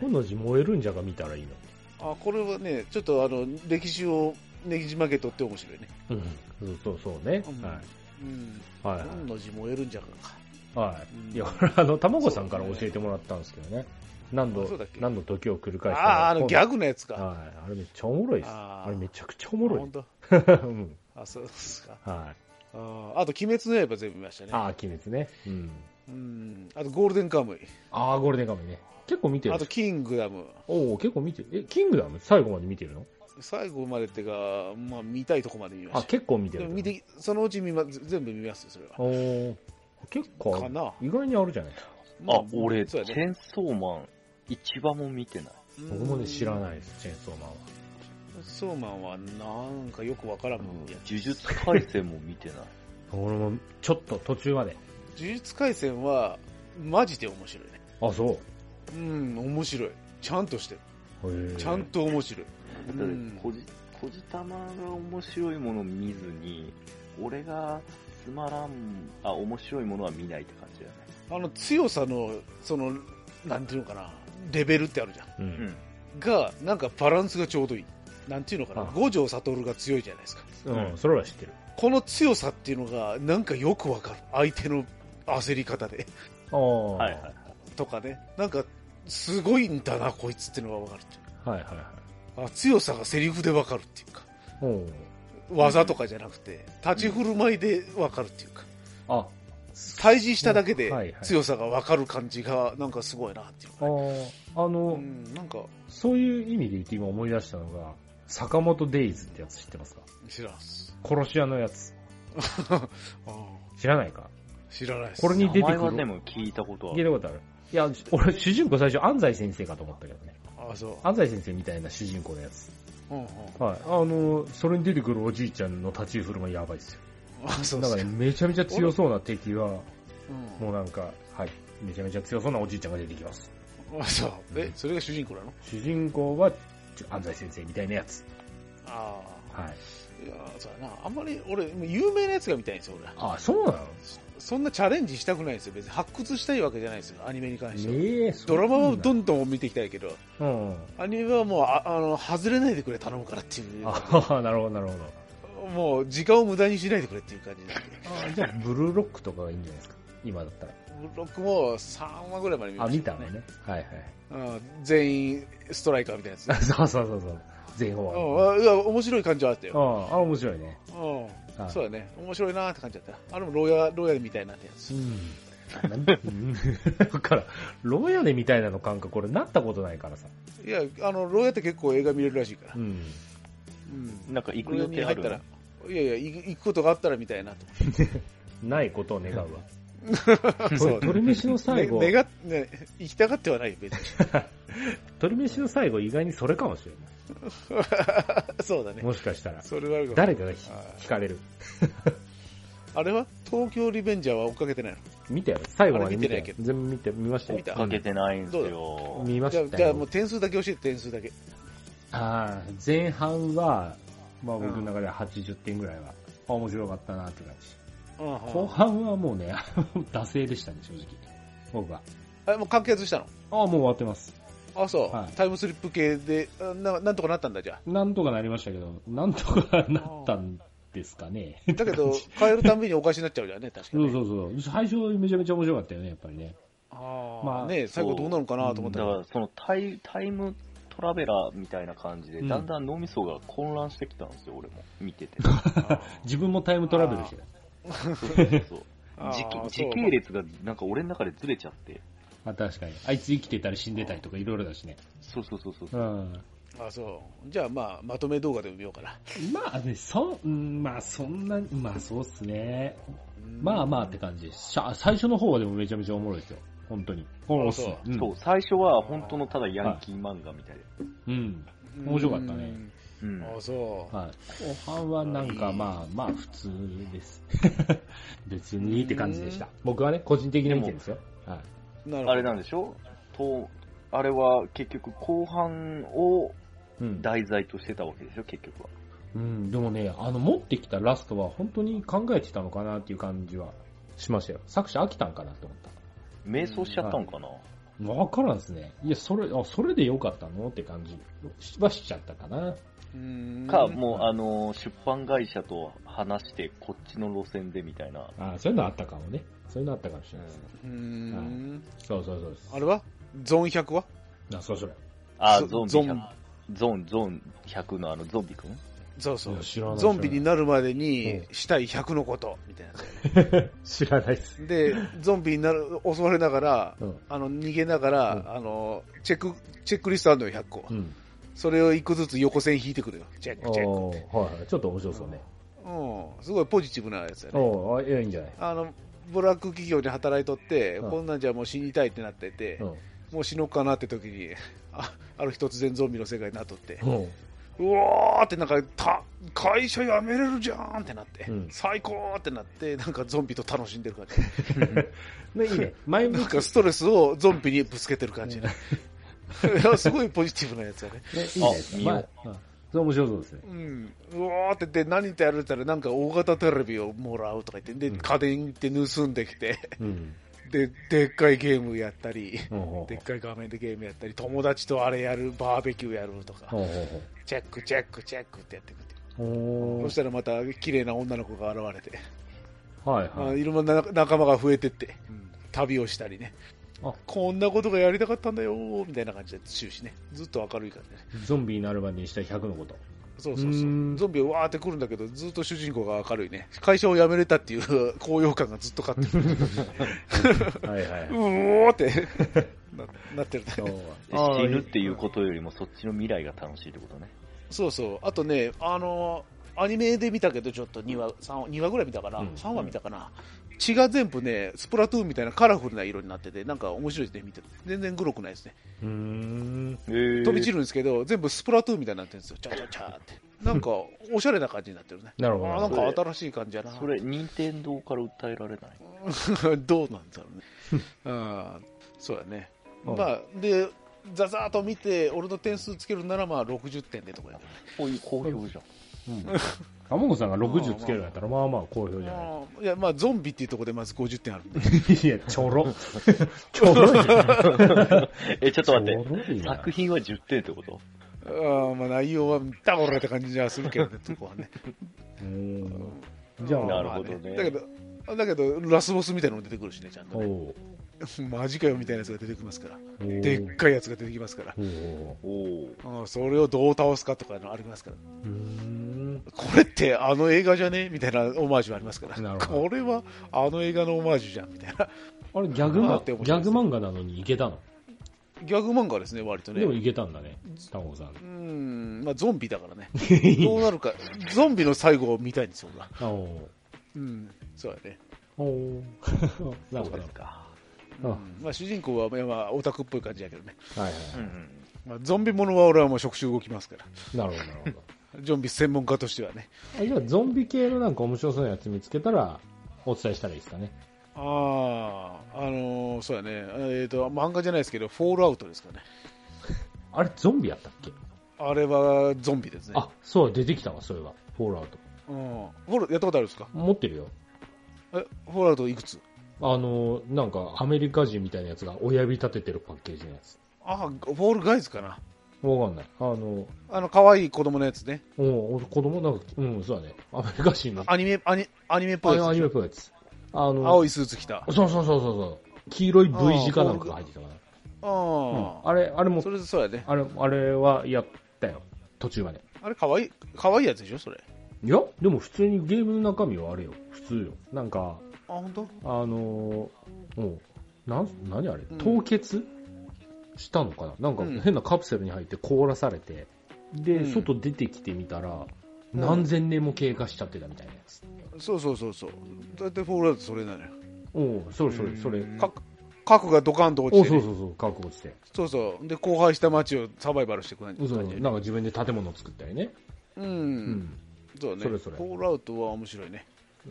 B: 本
A: ね。
B: 能寺燃えるんじゃが見たらいいの。
A: あ、これはね、ちょっとあの、歴史をねじ曲げとって面白いね。
B: うん。そうそうそうね。
A: うん
B: はい。
A: うん。
B: はいはい。
A: 本の字燃えるんじゃがか。
B: はい。いや、
A: うん
B: これあの、たまごさんから教えてもらったんですけどね。何
A: あ
B: 度
A: そうだっ、け
B: 何度時を繰り返した
A: ああ、あのギャ
B: グ
A: グのやつか。
B: はい。あれめっちゃおもろいです。
A: あ
B: あ
A: ー
B: れめちゃくちゃおもろい
A: 本
B: で
A: 当。
B: す。 うん。
A: あ、そうですか。
B: はい。
A: あーあと、鬼滅の刃全部見ましたね。
B: ああ、鬼滅ね。うん。
A: うん。あと、ゴールデンカムイ。
B: ああ、ゴールデンカムイね。結構見てる
A: あと、。キングダム。
B: おお結構見てる。え、キングダム最後まで見てるの
A: 最後までってか、まあ、見たいとこまで見ま
B: あ、
A: した。
B: 結構見て
A: で
B: る。
A: も見て、そのうち見ま、全部見ますよ、それは。
B: おー結構ある
A: かな
B: 意外にあるじゃないですか。
A: ま
D: あ、俺、チ
A: そう
D: ェ
A: だね。
D: ーンソーマン、一話も見てない。
B: 僕もね、知ら
A: い。
B: ないです、チェーンソーマンは。
A: ソーマンは、なんかよくわからんもんや。
D: 呪術廻戦も見てない。
B: 俺も、ちょっと途中まで。
A: 呪術廻戦は、マジで面白いね。
B: あ、そう。
A: うん、面白い。ちゃんとしてる。
B: へー
A: ちゃんと面白い。う
D: だって
A: ん、
D: こじ、こじたまが面白いもの見ずに、俺がつまらん、あ、面白いものは見ないって感じだね。
A: あの、強さの、その、なんていうのかな、レベルってあるじゃん。
B: う。
D: うんん。
A: が、なんかバランスがちょうどいい。なんていうのかな、
B: あ
A: 五条悟が強いじゃないですか。
B: うん、それは知ってる。
A: この強さっていうのが、なんかよくわかる。相手の焦り方で。
B: ああ。
D: はいはいはい。
A: とかね。なんか、すごいんだな、こいつっていうのがわかるってい
B: はいはいは
A: うあ強さがセリフでわかるっていうか。
B: い。うん。
A: 技とかじゃなくて、立ち振る舞いでわかるっていうか。
B: あ、
A: 対峙しただけ
B: はい
A: で
B: はい
A: 強さがわかる感じが、なんかすごいなっていう
B: あ
A: かね。
B: ーあ
A: う
B: の、
A: ん、なんか、
B: そういう意味で言って今思い出したのが、坂本デイズってやつ知ってますか
A: 知らんっす。
B: 殺し屋のやつ。
A: あ
B: 知らないか
A: ー知らないっす。
B: これに出て
D: 名
B: く
D: 前
B: る。
D: はでも聞いたことあ
B: 聞い
D: る。
B: たことある。いや、俺、主人公最初、安西先生かと思ったけどね。
A: あ、そう。
B: 安西先生みたいな主人公のやつ。
A: うんうん。
B: はい。あの、それに出てくるおじいちゃんの立ち居振る舞いやばいっすよ。
A: あ、そうっ
B: だ
A: す
B: か
A: から
B: ね、めちゃめちゃ強そうな敵が、も
A: う
B: うなんか、はい。めちゃめちゃ強そうなおじいちゃんが出てきます。
A: ん。あ、そう。え、それが主人公なの
B: 主人公は、ちょ安西先生みたいなやつ。
A: あ
B: はい。
A: あ。いやー、そうやな。あんまり、俺、もう有名なやつが見たいんですよ、俺。
B: あ、そうなの
A: そんなチャレンジしたくないんですよ。別に発掘したいわけじゃないんですよ、アニメに関しては。
B: ええ
A: ドラマはど
B: ん
A: んどん見ていきたいけど、
B: うんうん。
A: アニメはもう、ああの、外れないでくれ、頼むからっていう。
B: あ あ、なるほど、なるほど。
A: もう、時間を無駄にしないでくれっていう感じなんで。
B: あじゃあ、ブルーロックとかがいいんじゃないですか。今だったら。
A: 僕も3話ぐらいまで見
B: あ、
A: ま
B: 見
A: したた
B: のね。はいはい。
A: うん全員ストライカーみたいなやつ。う
B: そうそうそうそう。全方
A: ん
B: は。
A: あいや、面白い感じはあった
B: あ
A: よ。
B: あ、面白いね。
A: う
B: は
A: ん。
B: い
A: そうだね。面白いなーって感じだったな。あれも牢屋、牢屋みたいなってやつ。
B: うん。なん うんだから、ロヤネみたいなの感覚、これなったことないからさ。
A: いや、あの、牢屋って結構映画見れるらしいから
B: う。ん。
A: うん。
D: なんか行く
A: 牢屋
D: 予
A: に
D: 定あ
A: 入った
D: る
A: ら、いやいや、い行くことがあったらみたいなと。
B: ないことを願うわ。
A: そうね
B: 鳥飯の最後、
A: ね願っね、行きたがってはないよ、別に。
B: 鳥飯の最後意外にそれかもしれな
A: そうだね
B: い。。もしかしたら。
A: それはあるかも
B: 誰かがひ
A: はい
B: 惹かれる。
A: あれは東京リベンジャーは追っかけてない
B: 見たよ。最後まで見
A: あ
B: た
A: れ見
B: よ
A: てない。け
B: 全部見て、見ましたよ
A: 見た
D: かけてないんですよ。
B: 見ま
A: の
B: し
A: じ
B: た
A: ゃあ
B: よ。
A: じゃあもう点数だけ教えて、点数だけ。
B: ああ、前半は、まあ僕の中では80点ぐらいは、あ面白かったなって感じ。
A: うんうん
B: 後半はもうね、 惰性でしたね、正直。僕は。
A: あもう完結したの
B: ああ、もう終わってます。
A: あ、そう、
B: はい
A: タイムスリップ系であな、なんとかなったんだ、じゃ
B: なんとかなりましたけど、なんとかなったんですかね。
A: あ。だけど、 変えるたんびにおかしになっちゃうじゃんね、確か
B: そ
A: に。
B: うそうそう。最初めちゃめちゃ面白かったよね、やっぱりね。
A: あー
B: まあ
A: ね最後どうなのかなと思っ
D: だ
A: た
D: か
A: ら、
D: ら、そのタイタイムトラベラーみたいな感じで、
B: うん
D: だんだん脳みそが混乱してきたんですよ、俺も。見てて。
B: 自分もタイムトラベルしてた。
D: そうそうそう
A: あー
D: 時
A: そう
D: 時系列がなんか俺の中でずれちゃって。
B: まあ確かに。あいつ生きてたり死んでたりとかいろいろだしね。
D: そうそうそうそ
B: う。
D: う
B: ん。
A: あそう。じゃあ、まあ、まとめ動画でも見ようかな。
B: まあね、そ、うんまあそんな、まあそうっすね。まあまあって感じ。しゃ最初の方はでもめちゃめちゃおもろいですよ。本当に。おっすねん
D: そう、最初は本当のただヤンキー漫画みたいで。
B: うん。面白かったね
A: うん
D: うん。
A: あそう。
B: はい。後半はなんかまあまあ普通です。 別にって感じでした。僕はね、個人的な意見ですよ。はい。
A: なるほど。
D: あれなんでしょと、あれは結局後半を
B: うん。
D: 題材としてたわけでしょ、結局は。
B: うん、でもね、あの持ってきたラストは本当に考えてたのかなっていう感じはしましたよ。作者飽きたんかなって思っ
D: 迷走しちゃったのかな、
B: た。わからんですね。いや、それ、あ、それでよかったのって感じはしちゃったかな。
A: うん
D: か、もうあの、出版会社と話してこっちの路線でみたいな。
B: あそういうのあったかもね。そういうのあったかもしれないですね。
A: うん。
B: そうそうそうです。
A: あれはゾーン100は
B: あ、そうそれ。
D: あ、
A: ゾ
D: ゾンビ
A: ゾン
D: 100。ゾン、ゾン100のあのゾンビくん
A: そうそ
B: いうや。知らない
A: ゾンビになるまでに
B: う
A: したい100のこと、みたいな。
B: 知らないです。
A: で、ゾンビになる、襲われながら、
B: うん。
A: あの、逃げながら、
B: うん
A: あの、チェック、チェックリストあるのよ、100個。
B: うん。
A: それを一個ずつ横線引いてくるよ。チェック、チェック。
B: おーはいはい。ちょっと面白そうね。
A: うん。すごいポジティブなやつだね。
B: おーあいやいいんじゃない
A: あの、ブラック企業で働いとって、
B: うん
A: こんなんじゃもう死にたいってなってて、
B: うん。
A: もう死のうかなって時に、あ、ある日突然ゾンビの世界になっとって、
B: うん。
A: うわーってなんか、た、会社辞めれるじゃんってなって、
B: うん
A: 最高ってなって、なんかゾンビと楽しんでる感じ。
B: ね、いいね。前向
A: なん
B: き。ね
A: かストレスをゾンビにぶつけてる感じ。いや すごいポジティブなやつだね。
B: いいじゃないですか。
D: あ見よう
B: まあうんそれ面白そうですね。
A: うん。うわーって言って何ってやられたらなんか大型テレビをもらうとか言って、で、家電行って盗んできて、
B: うん。
A: で、でっかいゲームやったり、
B: ほうほう
A: でっかい画面でゲームやったり、友達とあれやる、バーベキューやるとか
B: ほ、うほうほう
A: チェックチェックチェックってやってくって。
B: お
A: そ
B: ー
A: したらまた綺麗な女の子が現れて、
B: はい
A: まあ
B: はい。
A: いろんな仲間が増えてって、旅をしたりね
B: あ。
A: こんなことがやりたかったんだよーみたいな感じで終始ね。ずっと明るい感じでね。
B: ゾンビになるまでにした100の こと。
A: そうそう
B: う
A: そ
B: ー
A: う。
B: ん
A: ゾンビはわーって来るんだけど、ずっと主人公が明るいね。会社を辞めれたっていう高揚感がずっと勝って る。。
B: はいはいう
A: おーって ななってるね。
B: そう
D: 死ぬっていうことよりもそっちの未来が楽しいってことね。
A: そうそう。あとね、あのーアニメで見たけど、ちょっと2話、三話2話ぐらい見たかな、
B: うん
A: 3話見たかな。血が全部ね、スプラトゥーンみたいなカラフルな色になってて、なんか面白いですね、見てる。全然グロくないですね。
B: うーん。
D: えー、
A: 飛び散るんですけど、全部スプラトゥーンみたいになってるんですよ。チャチャチャって。なんか、おしゃれな感じになってるね。
B: なる
A: あ
B: ほど。
A: ーなんか新しい感じやな。
D: それ、任天堂から訴えられない
A: どうなんだろうね。あーそうだね。
B: うん
A: まあ、で、ざざーっと見て、俺の点数つけるなら、まあ、60点でとかやけ
D: こういう好評じゃん。
B: うん。タモコさんが60つけるんやったら、まあまあ好評
A: ど
B: じゃない
A: まあいや、まあ、ゾンビっていうところでまず50点あるんで。
B: いや、ちょろ。 ちょろいじゃん。
D: え、ちょっと待って。
B: って
D: 作品は10点ってこと
A: あーまあ、内容は、ダボれって感じはするけどね、そこはね。
B: じゃあ、
D: なるほどね
A: まあだけど、だけど、ラスボスみたいなのも出てくるしね、ちゃんとね。
B: おう
A: マジかよみたいなやつが出てきますから。
B: おう
A: でっかいやつが出てきますから。
B: おう
D: おお。
A: うん、それをどう倒すかとかのありますから。
B: うーん
A: これってあの映画じゃねみたいなオマージュありますから。
B: なるほ
A: こ
B: ど
A: れはあの映画のオマージュじゃんみたいな。
B: あれギャグ
A: まあ
B: マン、
A: っ
B: ギ
A: て面白い
B: ャ
A: です
B: グ
A: ね
B: 漫画なのにいけたの
A: ギャグ漫画ですね、割とね。
B: でも
A: う
B: いけたんだね、タモコさん。
A: ーん、まあゾンビだ からね。どうなるか。ゾンビの最後を見たいんですよ、俺は
B: おう
A: うん、そうだね。
B: お うなるほど。
D: か。
A: うん
B: あ
A: まあ主人公は、まあまあ、オタクっぽい感じやけどね。
B: はいは
D: うん。
A: まあ、ゾンビものは俺はもう触手動きますから。
B: い。なるほど、なるほど。
A: ゾンビ専門家としてはね。
B: あじゃあ、ゾンビ系のなんか面白そうなやつ見つけたら、お伝えしたらいいですかね。
A: ああ、あのーそうだね。えっ、と、漫画じゃないですけど、フォールアウトですかね。
B: あれ、ゾンビやったっけ
A: あれはゾンビですね。
B: あ、そう、出てきたわ、それは。フォールアウト。
A: うん。フォール、やったことあるんですか
B: 持ってるよ。
A: え、フォールアウトいくつ
B: あの、なんか、アメリカ人みたいなやつが親指立ててるパッケージのやつ。
A: あ、フォールガイズかな。
B: わかんない。あの、
A: あの、可愛い子供のやつね。
B: うん、俺子供なんか、うん、そうだね。アメリカ人の。
A: アニメ、アニアニメっぽい
B: あ
A: や
B: ア
A: つ
B: ニ
A: で
B: メ
A: し
B: っぽいやつ。あ
A: ょ。
B: の、
A: 青いスーツ着た。
B: そうそうそうそうそう。黄色い V 字かなんかが入ってたかな。
A: あ
B: うん、
A: あ、
B: あれ、あれも
A: そ、れそうやね。
B: あれ、あれはやったよ。途中まで。
A: あれ、可愛い、可愛いやつでしょ、それ。
B: いや、でも普通にゲームの中身はあれよ。普通よ。なんか、
A: あ、本当？
B: あのー、もう、なん、何あれ
A: うん
B: 凍結したのかななんか
A: うん
B: 変なカプセルに入って凍らされて、で、
A: うん
B: 外出てきてみたら、
A: うん
B: 何千年も経過しちゃってたみたいなやつ。
A: そうそうそうそう。だってフォールアウトそれなのよ。
B: おうそれそれ、それ。
A: か核がドカンと落
B: お
A: ち
B: う
A: て、
B: そ
A: ね
B: うそうそう、覚悟して。
A: そうそう。で、荒廃した街をサバイバルしていく感
B: そう
A: じ。
B: そう
A: 感
B: な
A: じ
B: んか自分で建物作ったりね。
A: うん、
B: うん。
A: そうね。
B: それそれ
A: フォールアウトは面白いね。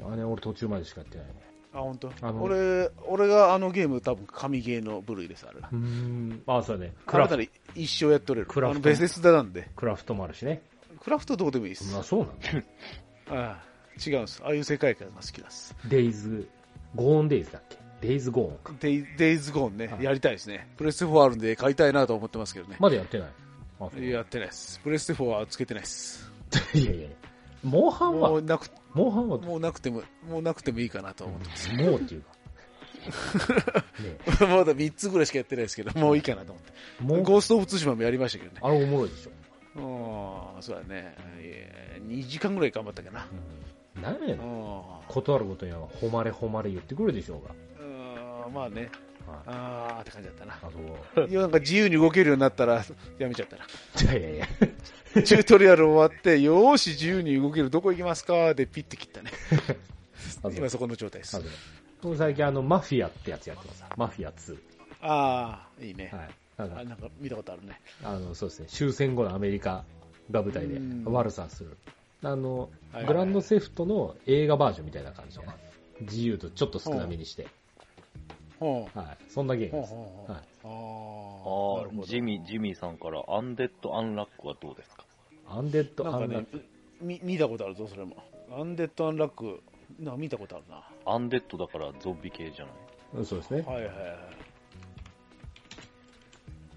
B: あれ、俺途中までしかやってないね。
A: あ、本当。
B: あの
A: 俺、俺があのゲーム多分神ゲーの部類です、あれ。
B: うーん。あ、そうだね。ク
A: あな
B: ラ
A: た
B: フト、
A: ら一生やっとれる。
B: クラフト
A: あのベセスダなんで。
B: クラフトもあるしね。
A: クラフトどうでもいいです。
B: まあそうなんだ。
A: ああ違うんです。ああいう世界観が好きです。
B: デイズ、ゴーンデイズだっけデイズゴーンか。
A: デイデイズゴーンね
B: は、い
A: やりたいですね。プレステ4あるんで買いたいなと思ってますけどね。
B: まだやってない。あそう
A: やってないです。プレステ4はつけてないです。
B: いやいやいや。モンハン
A: も
B: は、モ
A: うなく、
B: ンハンは、も
A: もうなくても、もうなくてもいいかなと思って
B: うっていうか。ねえ
A: ます。まだ3つぐらいしかやってないですけど、もういいかなと思って。
B: モン
A: ゴースト・オブ・ツシマもやりましたけどね。
B: あれおもろいでしょ。
A: うん、そうだね。いや2時間ぐらい頑張ったかな。
B: うん。なんや
A: う
B: ねん。
A: ん。
B: 断ることには、誉れ誉れ言ってくるでしょう
A: うんまあね、
B: が。はい。
A: あーって感じだったな。
B: あ と、
A: いや、なんか自由に動けるようになったら、やめちゃったな。
B: いやいやいや。
A: チュートリアル終わって、よーし、自由に動ける、どこ行きますかで、ピッて切 ったね。
B: あと
A: 今そこの状態です。
B: あと、僕最近あの、マフィアってやつやってます。マフィア2。
A: ああ、いいね。
B: はい。なん
A: あ
B: か、
A: なんか見たことあるね。
B: あの、そうですね、終戦後のアメリカが舞台で
A: うん
B: 悪さする。あの
A: はいはいは、い
B: グランドセフトの映画バージョンみたいな感じで、ね、自由とちょっと少なめにして、
A: ほう。
B: はい。そんなゲー
A: ほ
B: ム
A: う
B: です。
A: ほう
B: はい。
A: ほう。ああ、な
D: あ
A: るほ
D: あ、
A: ど。
D: ジミー、ジミーさんから、アンデッド・アンラックはどうですか
B: アンデッド・
A: な
B: ア
A: んか
B: ンラッ
A: ね
B: ク。、
A: み見たことあるぞ、それも。アンデッド・アンラック、なんか見たことあるな。
D: アンデッドだからゾンビ系じゃない
B: うんそうですね。
A: はいはいはい。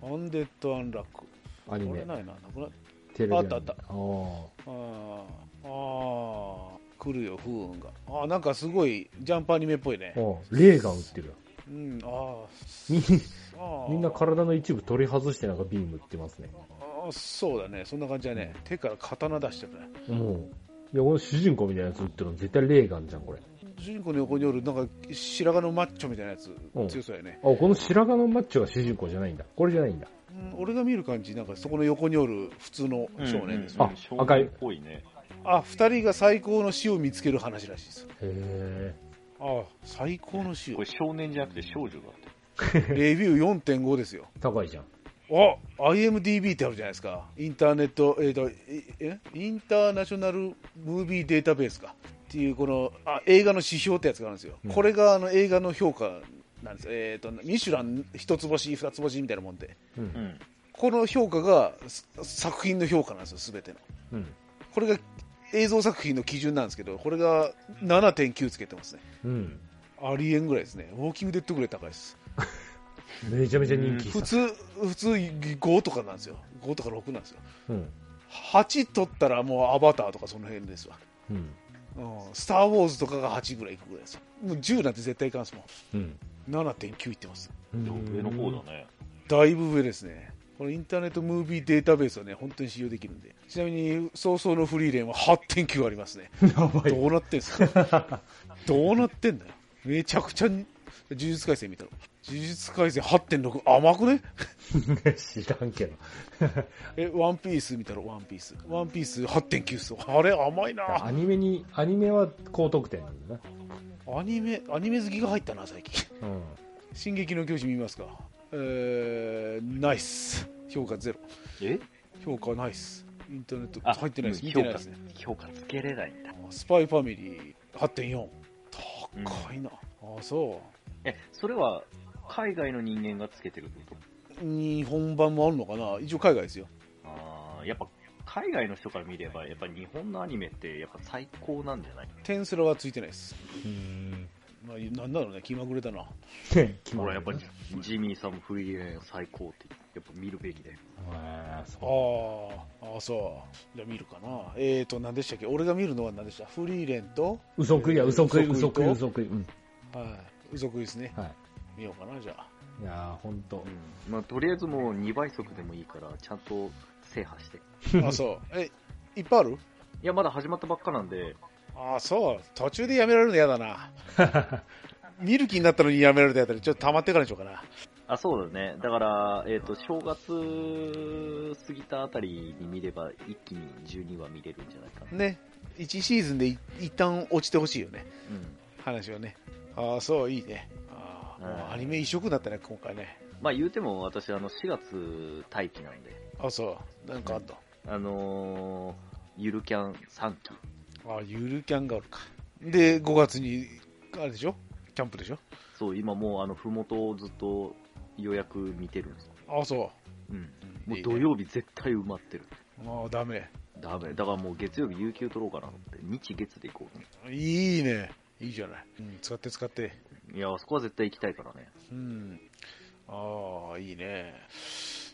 A: アンデッド・アンラック。
B: アニ
A: これ
B: メ。
A: ないな、なくなっ
B: テレビアニメ
A: あったあった。
B: お
A: あーあー、来るよ、風雲が。ああ、なんかすごい、ジャンプアニメっぽいね
B: ー。おーレーガン撃ってるよ。
A: うん、あ
B: み
A: ーあー。
B: みんな体の一部取り外してなんかビーム撃ってますね。
A: あーそうだね、そんな感じだね。手から刀出してるね。
B: もう。いや、この主人公みたいなやつ撃ってるの絶対レーガンじゃん、これ。あ、
A: 主人公の横におる、なんか白髪のマッチョみたいなやつ
B: うん、
A: 強そうやね。
B: この白髪のマッチョが主人公じゃないんだ。これじゃないんだ。
A: うん、うん俺が見る感じ、なんかそこの横におる普通の少年ですね。
B: あ
D: 少年っぽいね。
A: あ、二人が最高の死を見つける話らしいです。
B: へ
A: あ最高の死
D: こ
A: を
D: れ。少年じゃなくて少女だって。
A: レビュー4.5ですよ。
B: ー高いじゃん。
A: あ IMDB ってあるじゃないですか。インターネット、えーと、ええインターナショナルムービーデータベースか。っていう、このあ映画の指標ってやつがあるんですよ。
B: うん
A: これがあの映画の評価なんですよ。えっ、と、ミシュラン一つ星、二つ星みたいなもんで。
B: うん。
D: うん。
A: この評価がす作品の評価なんですよ、すべての。
B: うん。
A: これが映像作品の基準なんですけど、これが7.9つけてますね。
B: うん。
A: ありえんぐらいですね。ウォーキングデッドぐらい高いです。
B: めちゃめちゃ人気
A: 普
B: 作。
A: 通、普通5とかなんですよ。5とか6なんですよ。
B: うん。
A: 8取ったらもうアバターとかその辺ですわ。
B: うん。
A: うん、スター・ウォーズとかが8ぐらいいくぐらいですよ。もう10なんて絶対いかんっすもん。
B: うん。
A: 7.9いってます。
D: でも上の方だね。
A: だいぶ上ですね。このインターネットムービーデータベースはね、本当に使用できるんで。ちなみに、早々のフリーレンは8.9ありますね。
B: やば
A: どうなってんすかどうなってんだよ。めちゃくちゃに、呪術改正見たの。呪術改正8.6、甘くね
B: い。知らんけ ど。
A: え、ワンピース見たらワンピース。ワンピース8.9っすよあれ、甘いな
B: アニメに、アニメは高得点なんだな。
A: アニメ、アニメ好きが入ったな、最近。
B: うん。
A: 進撃の巨人見ますかえー、ナイス。評価ゼロ。
D: え
A: 評価ナイス。インターネット
D: あ、
A: 入ってないです。見て
D: 評
A: ない
D: 価
A: ですね。、
D: 評価つけれないんだ。
A: スパイファミリー8.4。高いな。あ、そ
D: え、それは、海外の人間がつけてるってこと
A: う。日本版もあるのかな一応海外ですよ。
D: あーやっぱ、海外の人から見れば、やっぱ日本のアニメって、やっぱ最高なんじゃない
A: テンスラはついてないです。
B: うん。
A: まあ、なんだろうね、気まぐれだな。
B: 決
D: ほ
B: ま
D: ら、やっぱ
B: り
D: り、ジミーさんもフリーレン最高って、やっぱ見るべきだよ。
A: あ
B: そ
A: ーあ、そう。じゃあ見るかな。えーと、何でしたっけ俺が見るのは何でしたフリーレンと、
B: う。嘘食いや、嘘食い、嘘
A: 嘘
B: 食
A: 食
B: い、
A: いと
B: 嘘食い。うん。
A: はい、うそくいですね。
B: はい。
A: 見ようかな、じゃあ。
B: いやー、ほんと。
D: うん。まあ、とりあえずもう2倍速でもいいから、ちゃんと制覇して。い
A: あ、そう。え、いっぱいある
D: や、まだ始まったばっかなんで、
A: あ、そう。途中でやめられるの嫌だな。見る気になったのにやめられたやったら、ちょっと溜まってからにしようかな。
D: あ、そうだね。だから、えっ、と、正月過ぎたあたりに見れば、一気に12話見れるんじゃないかな。
A: ね。1シーズンでい一旦落ちてほしいよね。
D: うん。
A: 話はね。ああ、そう、いいね。ああ、もうアニメ一色だったね、今回ね。
D: まあ、言うても、私、あの、4月待機なんで、
A: あそう。なんかあった。
D: あのー、ゆるキャン3期。
A: あ、ゆるキャンがあるか。で、5月に、あれでしょキャンプでしょ
D: そう、今もう、あの、ふもとをずっと予約見てるんですよ。
A: あ、そ
D: うん。
A: う。
D: もう土曜日絶対埋まってる。
A: もうダメ。
D: ダメ。だからもう月曜日有給取ろうかなと思って、日月で行こうね。
A: いいね。いいじゃない。うん、使って使って。
D: いや、あそこは絶対行きたいからね。
A: うん。ああ、いいね。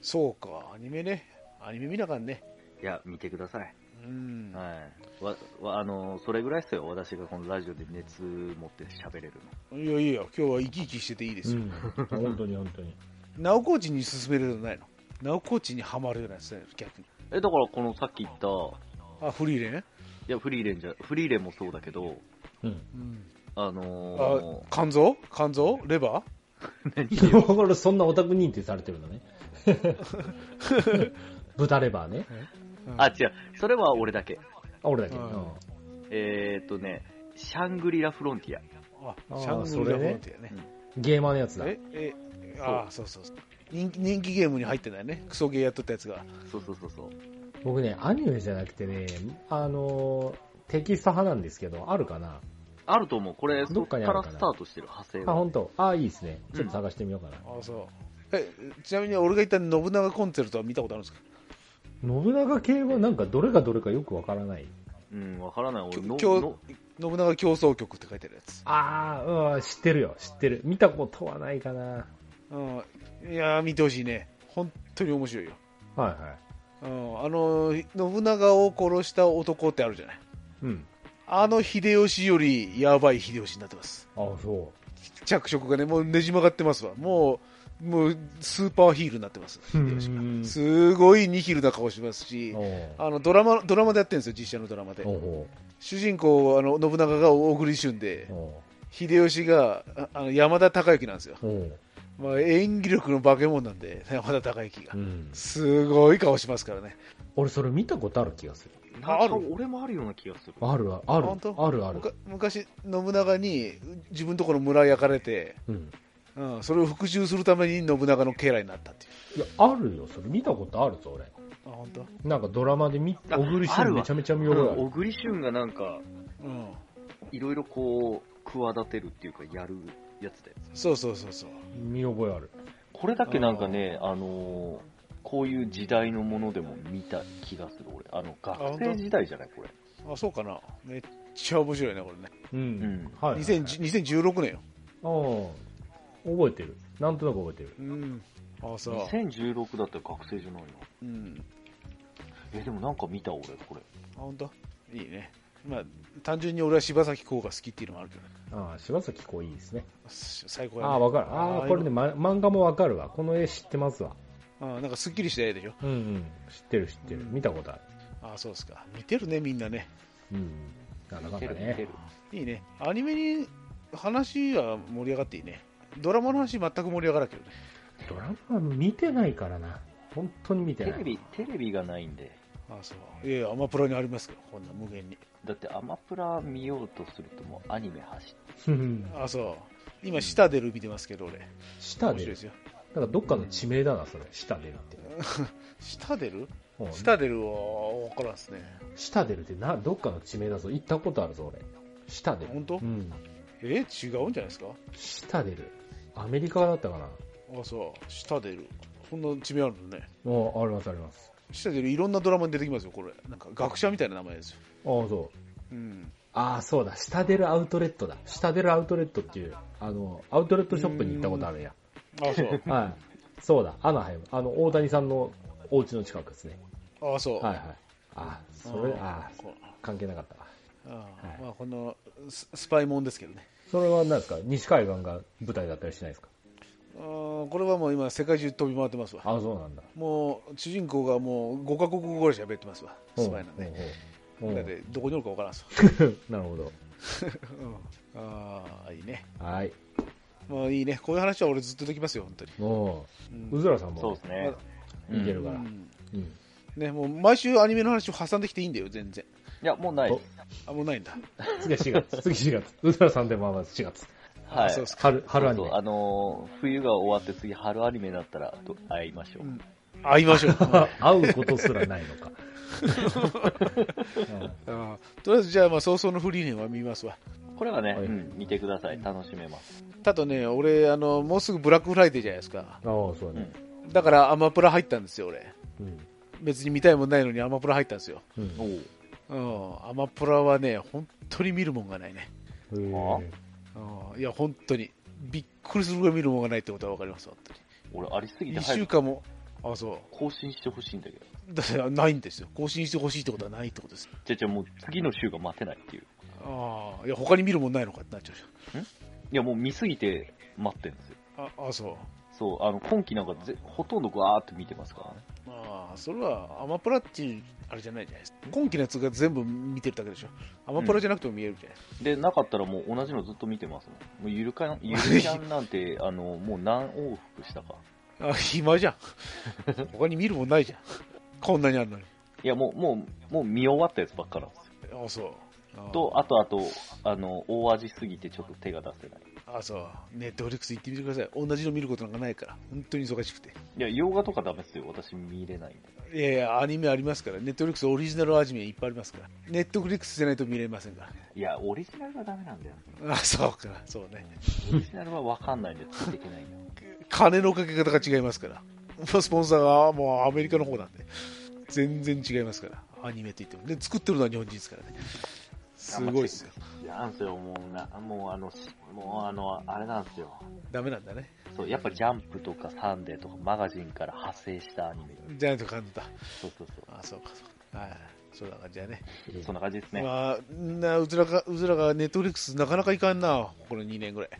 A: そうか、アニメね。アニメ見なあかんね。
D: いや、見てください。
A: うん。
D: はい。わ、わあの、それぐらいですよ。私がこのラジオで熱持って喋れる
A: いやいや、今日は生き生きしてていいで
B: う
A: すよ。
B: ん。ほんとにほんとに。
A: ナオコーチに勧めれるのないのナオコーチにはまるようなやつね、逆に。
D: の。え、だからこのさっき言った、
A: あ、フリーレン
D: いや、フリーレンじゃ、フリーレンもそうだけど、
B: うん。
A: うん。
D: あ
A: あ
D: の、
A: 肝臓肝臓レバ
B: だからそんなオタク認定されてるの ね。豚レバーね。
A: ー、うん
D: あ、違う。それは俺だけ。
B: あ俺だけ。
A: う
B: うんん。
D: えーっとね、シャングリラフロンティア。
A: あ
B: あ、ー
A: シャングルラフロンティアね。
B: ゲーマーのやつだ。
A: え、え、あーそうそうそう人気。人気ゲームに入ってないね。クソゲーやっとったやつが。
D: そうそうそうそう。
B: 僕ね、アニメじゃなくてね、あのー、テキスト派なんですけど、あるかな
D: あると思う。これ、
B: ど
D: そ
B: っ
D: っ
B: か
D: か
B: にあるからな
D: スタートしてる派生
B: あ、
D: は。
B: 本当。あ、いいですね。
D: うん
B: ちょっと探してみようかな。
A: ああ、そう。え、ちなみに俺が言った信長コンセルトは見たことあるんですか
B: 信長系はなんかどれがどれかよくわからない。
D: うん、わからない。俺、の、
A: きょ
D: の
A: 信長競争曲って書いてあるやつ。
B: あー、うん、知ってるよ、知ってる。見たことはないかな。
A: うん。いやー、見てほしいね。本当に面白いよ。
B: はい
A: う
B: は
A: ん。あの、信長を殺した男ってあるじゃない。
B: い。うん。
A: あの秀吉よりやばい秀吉になってます。
B: あそ
A: 着色がね、もうねじ曲がってますわ。もう、もう、スーパーヒールになってます。
B: う。う
A: 秀吉が。
B: ん。
A: すごいニヒルな顔しますし、
B: おう
A: あの、ドラマ、ドラマでやってるんですよ、実写のドラマで。
B: おう
A: 主人公は、あの、信長が小栗旬で、
B: おう
A: 秀吉が、ああの、山田孝之なんですよ。
B: おう
A: まあ、演技力の化け物なんで、山田孝之が
B: う。ん、
A: すごい顔しますからね。
B: 俺それ見たことある気がする
D: なん
A: ある
D: か俺もあるような気がする。
B: あるあるある
A: 本当
B: あるある
A: むか昔、信長に自分とこの村焼かれて、
B: うん
A: うん、それを復讐するために信長の家来になったっていう。
B: いやあるよそれ見たことあるぞ俺
A: あ、本当
B: なんかドラマで見
D: あ
B: 小栗
D: あ
B: 旬
D: るわ
B: めちゃめちゃ見
D: う
B: 覚え
D: ん
B: ある
D: 小栗旬がなんか、
A: うん。
D: いろいろこう、企てるっていうか、やるやつで。
A: そうそうそうそう。
B: 見覚えある
D: これだけなんかね、あのーこういう時代のものでも見た気がする、俺。あの、学生時代じゃない、これ。
A: あ、そうかな。めっちゃ面白いね、これね。
B: うん、
D: ん
B: はいはい、はい、
A: 2010 2016年よ。
B: ああ覚えてるなんとなく覚えてる
A: うん。あ、そ
D: 2016だったら学生じゃないの。
A: う。うん。
D: え、でもなんか見た、俺、これ。
A: あ、本当いいね。まあ、単純に俺は柴咲コウが好きっていうのもあるけど、
B: ああ柴咲コウいいですね
A: 最高やね。
B: ああわかるあ
A: あ
B: あ
A: ー
B: これね、ま、漫画もわかるわこの絵知ってますわ
A: うん、なんかすっきりした絵でしょ。
B: うんうん知ってる知ってる見たことある
A: あ、そうですか。似てるね、みんなね。
B: うんなかな
D: 見
B: か
D: てる、見て
B: ね
D: る。
A: いいね。アニメに話は盛り上がっていいね。ドラマの話全く盛り上がらんけどね。
B: ドラマ見てないからな本当に見て
D: テ
B: ない
D: レビ、テレビがないんで。
A: あそう。いやいや、アマプラにありますけど、こんな無限に。
D: だって、アマプラ見ようとすると、もうアニメ走って。
B: うん
A: あそう。今、舌出る見てますけど、俺。
B: 舌
A: 面
B: 出
A: 白いで
B: る
A: すよ。
B: なんかどっかの地名だなそれ舌出るって
A: 舌出る
B: うん
A: 舌出るは分からんっすね。
B: 舌出るってなどっかの地名だぞ行ったことあるぞ俺舌出る
A: 本当
B: うん
A: え違うんじゃないですか
B: 舌出るアメリカだったかな
A: あそう。舌出る。こんな地名あるのね。
B: もうありますあります
A: 舌出るいろんなドラマに出てきますよ、これ。なんか学者みたいな名前ですよ。
B: ああそう
A: うん。
B: ああそうだ舌出るアウトレットだ舌出るアウトレットっていうあのアウトレットショップに行ったことあるんや
A: あそう。
B: はいそうだアナハイムあの大谷さんのお家の近くですね
A: あそう。
B: はいはいああそれああ
A: こ
B: 関係なかったわ
A: あ
B: はい
A: まあ、このススパイモンですけどね。
B: それは何ですか西海岸が舞台だったりしないですか
A: あーこれはもう今、世界中飛び回ってますわ。
B: ああそうなんだ
A: もう主人公がもう5カ国語ぐらい喋ってますわ、スパイなんで。
B: うんうんうん
A: だってどこにおるか分からんっすわ。
B: なるほど
A: うんああ、いいね。
B: はい
A: まあいいね。こういう話は俺ずっとできますよ、本当に。
B: も
A: うん
B: ううずらさんも
D: そうですね。
B: 見てる
D: うん
B: から、
A: う
B: うん
A: んね、もう毎週アニメの話を挟んできていいんだよ、全然。
D: いや、もうないです。
A: あ、もうないんだ。
B: 次は4月次4月うずらさんでもまあ4月
D: は
A: あ
D: い。
A: そうっ
D: そう
A: すか。
B: 春春アニ
D: そ
B: メ
D: うあのー冬が終わって次春アニメだったらと会いましょう。
A: うん会いまし ょう。
B: あ会うことすらないのか
A: うんとりあえずじゃあ、まあ、早々のフリーレンは見ますわ。
D: これはね、
B: はい
D: うん、見てください。楽しめます。
A: ただね、俺、あの、もうすぐブラックフライデーじゃないですか。
B: うんああそうだね
A: だからアマプラ入ったんですよ、俺。
B: うん
A: 別に見たいもんないのにアマプラ入ったんですよ。
B: う
D: お
B: ん
D: う
A: うん、アマプラはね、本当に見るもんがないね。
B: へえ
A: うんいや、本当に。びっくりするぐらい見るもんがないってことは分かります、本当
D: 俺、ありすぎ
A: に。
D: て
A: 1
D: 早
A: 週間
D: く
A: も、あ、そう。
D: 更新してほしいんだけど。
A: だってないんですよ。更新してほしいってことはないってことですよ。
D: じゃあじゃあもう次の週が待てないっていう。
A: ああ、いや、他に見るもんないのかってなっちゃうじ
D: いや、もう見すぎて待ってるんですよ。
A: ゃん。あ、あそう。
D: そう、あの、今期なんかぜほとんどガーって見てますからね。
A: まあ、それはアマプラっていう、あれじゃないじゃないですか。今期のやつが全部見てるだけでしょ。アマプラじゃなくても見えるじゃないですか。
D: で、なかったらもう同じのずっと見てますもん。もうゆるかん、ゆるキャンなんて、あの、もう何往復したか。
A: あ、暇じゃん。他に見るもんないじゃん。こんなにあるのに。
D: いや、もう、もう、もう見終わったやつばっかなんですよ。
A: あ、そう。あ
D: と、あと、あと、あの、大味すぎてちょっと手が出せない。
A: あ、そう。ネットフリックス行ってみてください。同じの見ることなんかないから。本当に忙しくて。
D: いや、洋画とかダメっすよ。私見れないんで。
A: いやいや、アニメありますから。ネットフリックスオリジナルアニメいっぱいありますから。ネットフリックスじゃないと見れませんから。
D: いや、オリジナルがダメなんだよ。
A: あ、そうか。そうね。
D: オリジナルはわかんないんで、ついていけないんだよ。
A: 金のかけ方が違いますから。もうスポンサーがもうアメリカの方なんで。全然違いますから。アニメって言っても。で、作ってるのは日本人ですからね。すごいですよ。
D: いやなんすよ、もうな、もうあの、しもうあの、あれなんですよ。
A: ダメなんだね。
D: そう、やっぱジャンプとかサンデーとかマガジンから派生したアニメ。
A: じゃないと感じた。
D: そうそうそ
A: あ、そうか、そうか。はい。そんな感じだね。
D: う。そんな感じですね。
A: まあ、な、うずらが、うずらがネットフリックスなかなかいかんな。この2年ぐらい。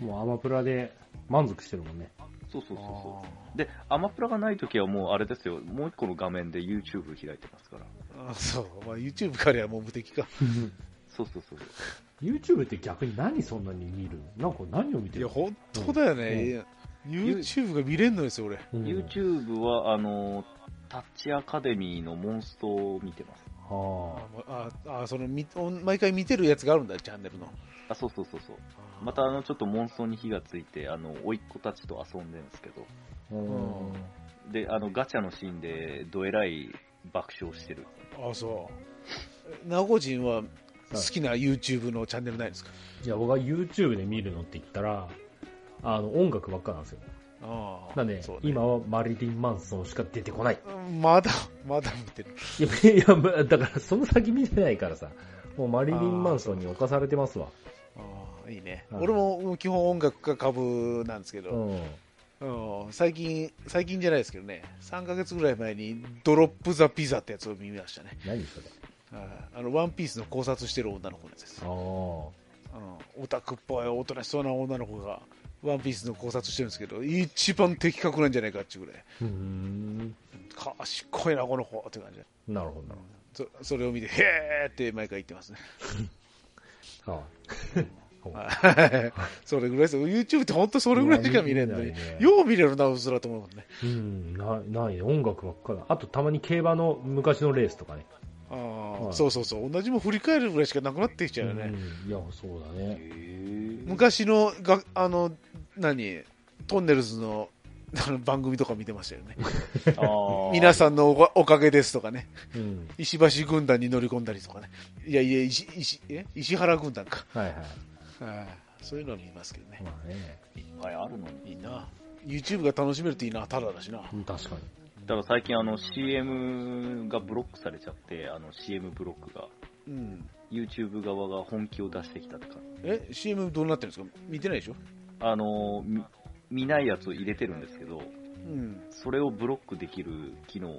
B: もうアマプラで満足してるもんね
D: そうそうそうそう。で、アマプラがないときはもうあれですよ、もう一個の画面で YouTube 開いてますから。
A: あそう。まあ、YouTube からはもう無敵か。
D: そうそうそう。
B: YouTube って逆に何そんなに見るなんか何を見て
A: いや、
B: る
A: 本当だよね。
B: うん
A: いや YouTube が見れんのですよ、俺。
B: うん
D: YouTube は、あの、タッチアカデミーのモンストを見てます。
B: は
A: あああそのみ毎回見てるやつがあるんだ、チャンネルの。
D: あ、そうそうそうそう。また、あの、ちょっとモンストに火がついて、あの、甥っ子たちと遊んでるんですけど、
B: あ。うん
D: で、あの、ガチャのシーンで、どえらい爆笑してる。
A: ああ、そう。なご人は好きな YouTube のチャンネルないですか
B: いや、僕は YouTube で見るのって言ったら、あの、音楽ばっかなんですよ。
A: ああ。
B: なんで、
A: そうね
B: 今はマリリン・マンソンしか出てこない。
A: うんまだ、まだ見てる。
B: いや、いやまだからその先見てないからさ、もうマリリン・マンソンに侵されてますわ。
A: ああ、いいね。
B: うん
A: 俺ももう基本音楽が株なんですけ
B: う
A: ど、
B: ん。
A: うん最近、最近じゃないですけどね、3ヶ月ぐらい前にドロップ・ザ・ピザってやつを見ましたね。
B: 何それ。
A: あああの、ワンピースの考察してる女の子のやつです
B: あ。あ。
A: うんオタクっぽい、おとなしそうな女の子が、ワンピースの考察してるんですけど、一番的確なんじゃないかっていうぐらい。
B: うーん。
A: 賢いな、この子って感じで
B: なるほど、なる
A: そそれを見て、へーって毎回言ってますね。
B: ほど。はい。
A: はい それぐらいですよ。YouTube って本当それぐらいしか見れんの
B: いや
A: に
B: 見れない。ね
A: よう見れるな、うずらと思うもんね。
B: うん、ない、ないね。音楽ばっかだ。あと、たまに競馬の昔のレースとかね。
A: あ
B: は
A: あ、
B: い
A: そうそうそう。同じもん振り返るぐらいしかなくなってきちゃうよね。
B: うん、いや、そうだね。
A: 昔のが、あの、何、トンネルズのあの番組とか見てましたよね。
D: あ
A: 皆
D: ん。
A: さんのおかおかげですとかね。
B: うん。
A: 石橋軍団に乗り込んだりとかね。いやいや、石石え石原軍団か。
B: はいはい。
A: ああそういうのは見ますけどね。
B: まあね。
D: はい、あるのに。
A: いいな。YouTube が楽しめるっていいな、ただだしな。
B: うん確かに。
D: ただ最近あの CM がブロックされちゃって、あの CM ブロックが、
A: うん。
D: YouTube 側が本気を出してきたって感じ。
A: え、CM どうなってるんですか見てないでしょ
D: あの、み見ないやつを入れてるんですけど、
A: うん。
D: それをブロックできる機能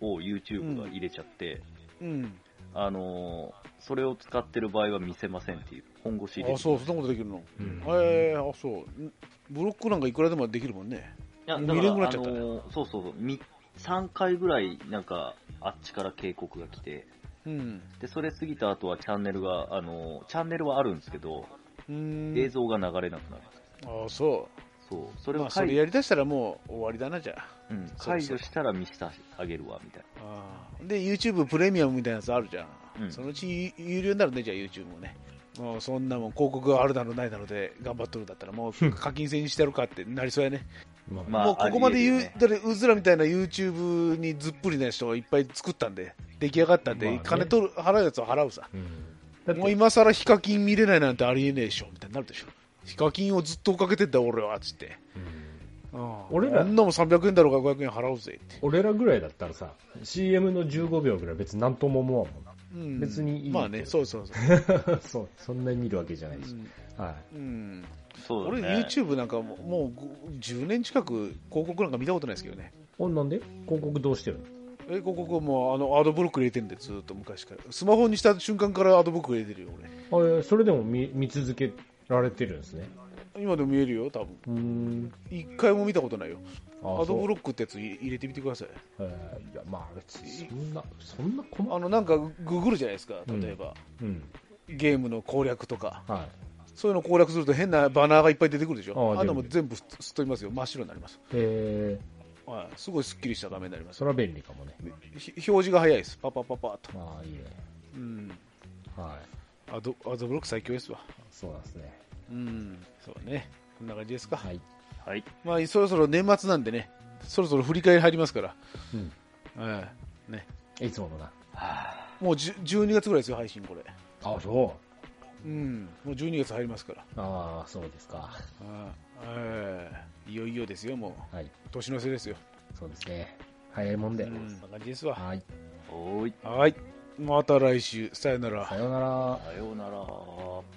D: を YouTube が入れちゃって、
A: うん。
D: あの、それを使ってる場合は見せませんっていう、本腰入れて
A: あ、そう、そんなことできるの。
B: うん
A: へえあ、そう。んブロックなんかいくらでもできるもんね。
D: いや
A: 見
D: だから
A: れなくなっちゃったね
D: あのそうそうそう、み3回ぐらいなんかあっちから警告が来て、
A: うん。
D: で、それ過ぎた後はチャンネルが、あの、チャンネルはあるんですけど、
A: うー
D: 映
A: ん。
D: 像が流れなくなる。
A: あ、そ。
D: そう。そうれ
A: ま
D: を
A: あ、そ
D: 解,、
A: れやりだしたらもう終わりだな、じゃあ。
D: うん、
A: そう
D: 解除したら見せてあげるわ、みたい
A: あーで、YouTube プレミアムみたいなやつあるじゃん。
D: うん
A: そのうち有有料になるね、じゃあ YouTube もね。もうそんなもん広告があるだろうないだろうで頑張っとるんだったらもう課金制にしてやるかってなりそうやね。
B: まあ、
D: な。まあ、
A: もうここまで言う、
D: ありえるよね
A: だってうずらみたいな YouTube にずっぷりな人がいっぱい作ったんで、出来上がったんで、
B: まあね
A: 金取る、払うやつは払うさ。
B: うん。だっ
A: もう
B: て、
A: 今更ヒカキン見れないなんてありえねえでしょ、みたいになるでしょ。ヒカキンをずっと追っかけてんだ俺は、つって。うん
B: 俺ら
A: こんなもん300円だろうが500円払うぜって。
B: 俺らぐらいだったらさ、CM の15秒ぐらい別に何とも思わんもんな。
A: うん
B: 別にいいけど
A: まあね、そうそうそう。
B: そう、そんなに見るわけじゃないし。は
A: うん。
D: そうだ
A: 俺
D: ね。
A: YouTube なんかもうもう10年近く広告なんか見たことないですけどね。
B: い。お、なんで広告どうしてるの
A: え、広告はもうあのアドブロック入れてんで、ずーっと昔から。スマホにした瞬間からアドブロック入れてるよ、
B: あれ、それでも見見続けられてるんですね。
A: 俺。今でも見えるよ、多分。
B: うーん。
A: 一回も見たことないよ。
B: あ
A: アドブ
B: ロ
A: ロックってやつい入れてみてください。
B: えーいや、まあ別にそんな、そんな困
A: あ
B: る。
A: の、なんかググるじゃないですか、例えば。
B: うん。
A: ゲームの攻略とか。
B: はい。
A: そういうの攻略すると変なバナーがいっぱい出てくるでし
B: あ
A: ょ。
B: あ
A: あんなもん
B: 出
A: 全部すすっ飛びますよ。真っ白になります。
B: え
A: はい。すごいスッキリした画面になりま
B: ー、
A: す
B: そ。れは便利かもね。
A: ひ表示が早いです。パパパパッと。
B: まあいいね。
A: うん。
B: はい。
A: アドアドブロック最強ですわ。
B: そうなんですね。
A: うん。そうね。こんな感じですか。
B: はい。
D: はい。
A: まあ、そろそろ年末なんでね、そろそろ振り返り入りますから。
B: うん。
A: はい。ね。
B: いつものな。
A: もうじゅ12月ぐらいですよ、配信これ。
B: あ、そう。
A: うん。もう12月入りますから。
B: ああ、そうですか。
A: はいええいよいよですよ、もう。
B: はい。
A: 年の瀬ですよ。
B: そうですね。早いもんで。
A: うん。こんな感じですわ。
B: はい。
D: おーい。
A: はい。また来週。さよなら。
B: さようなら。
D: さようなら。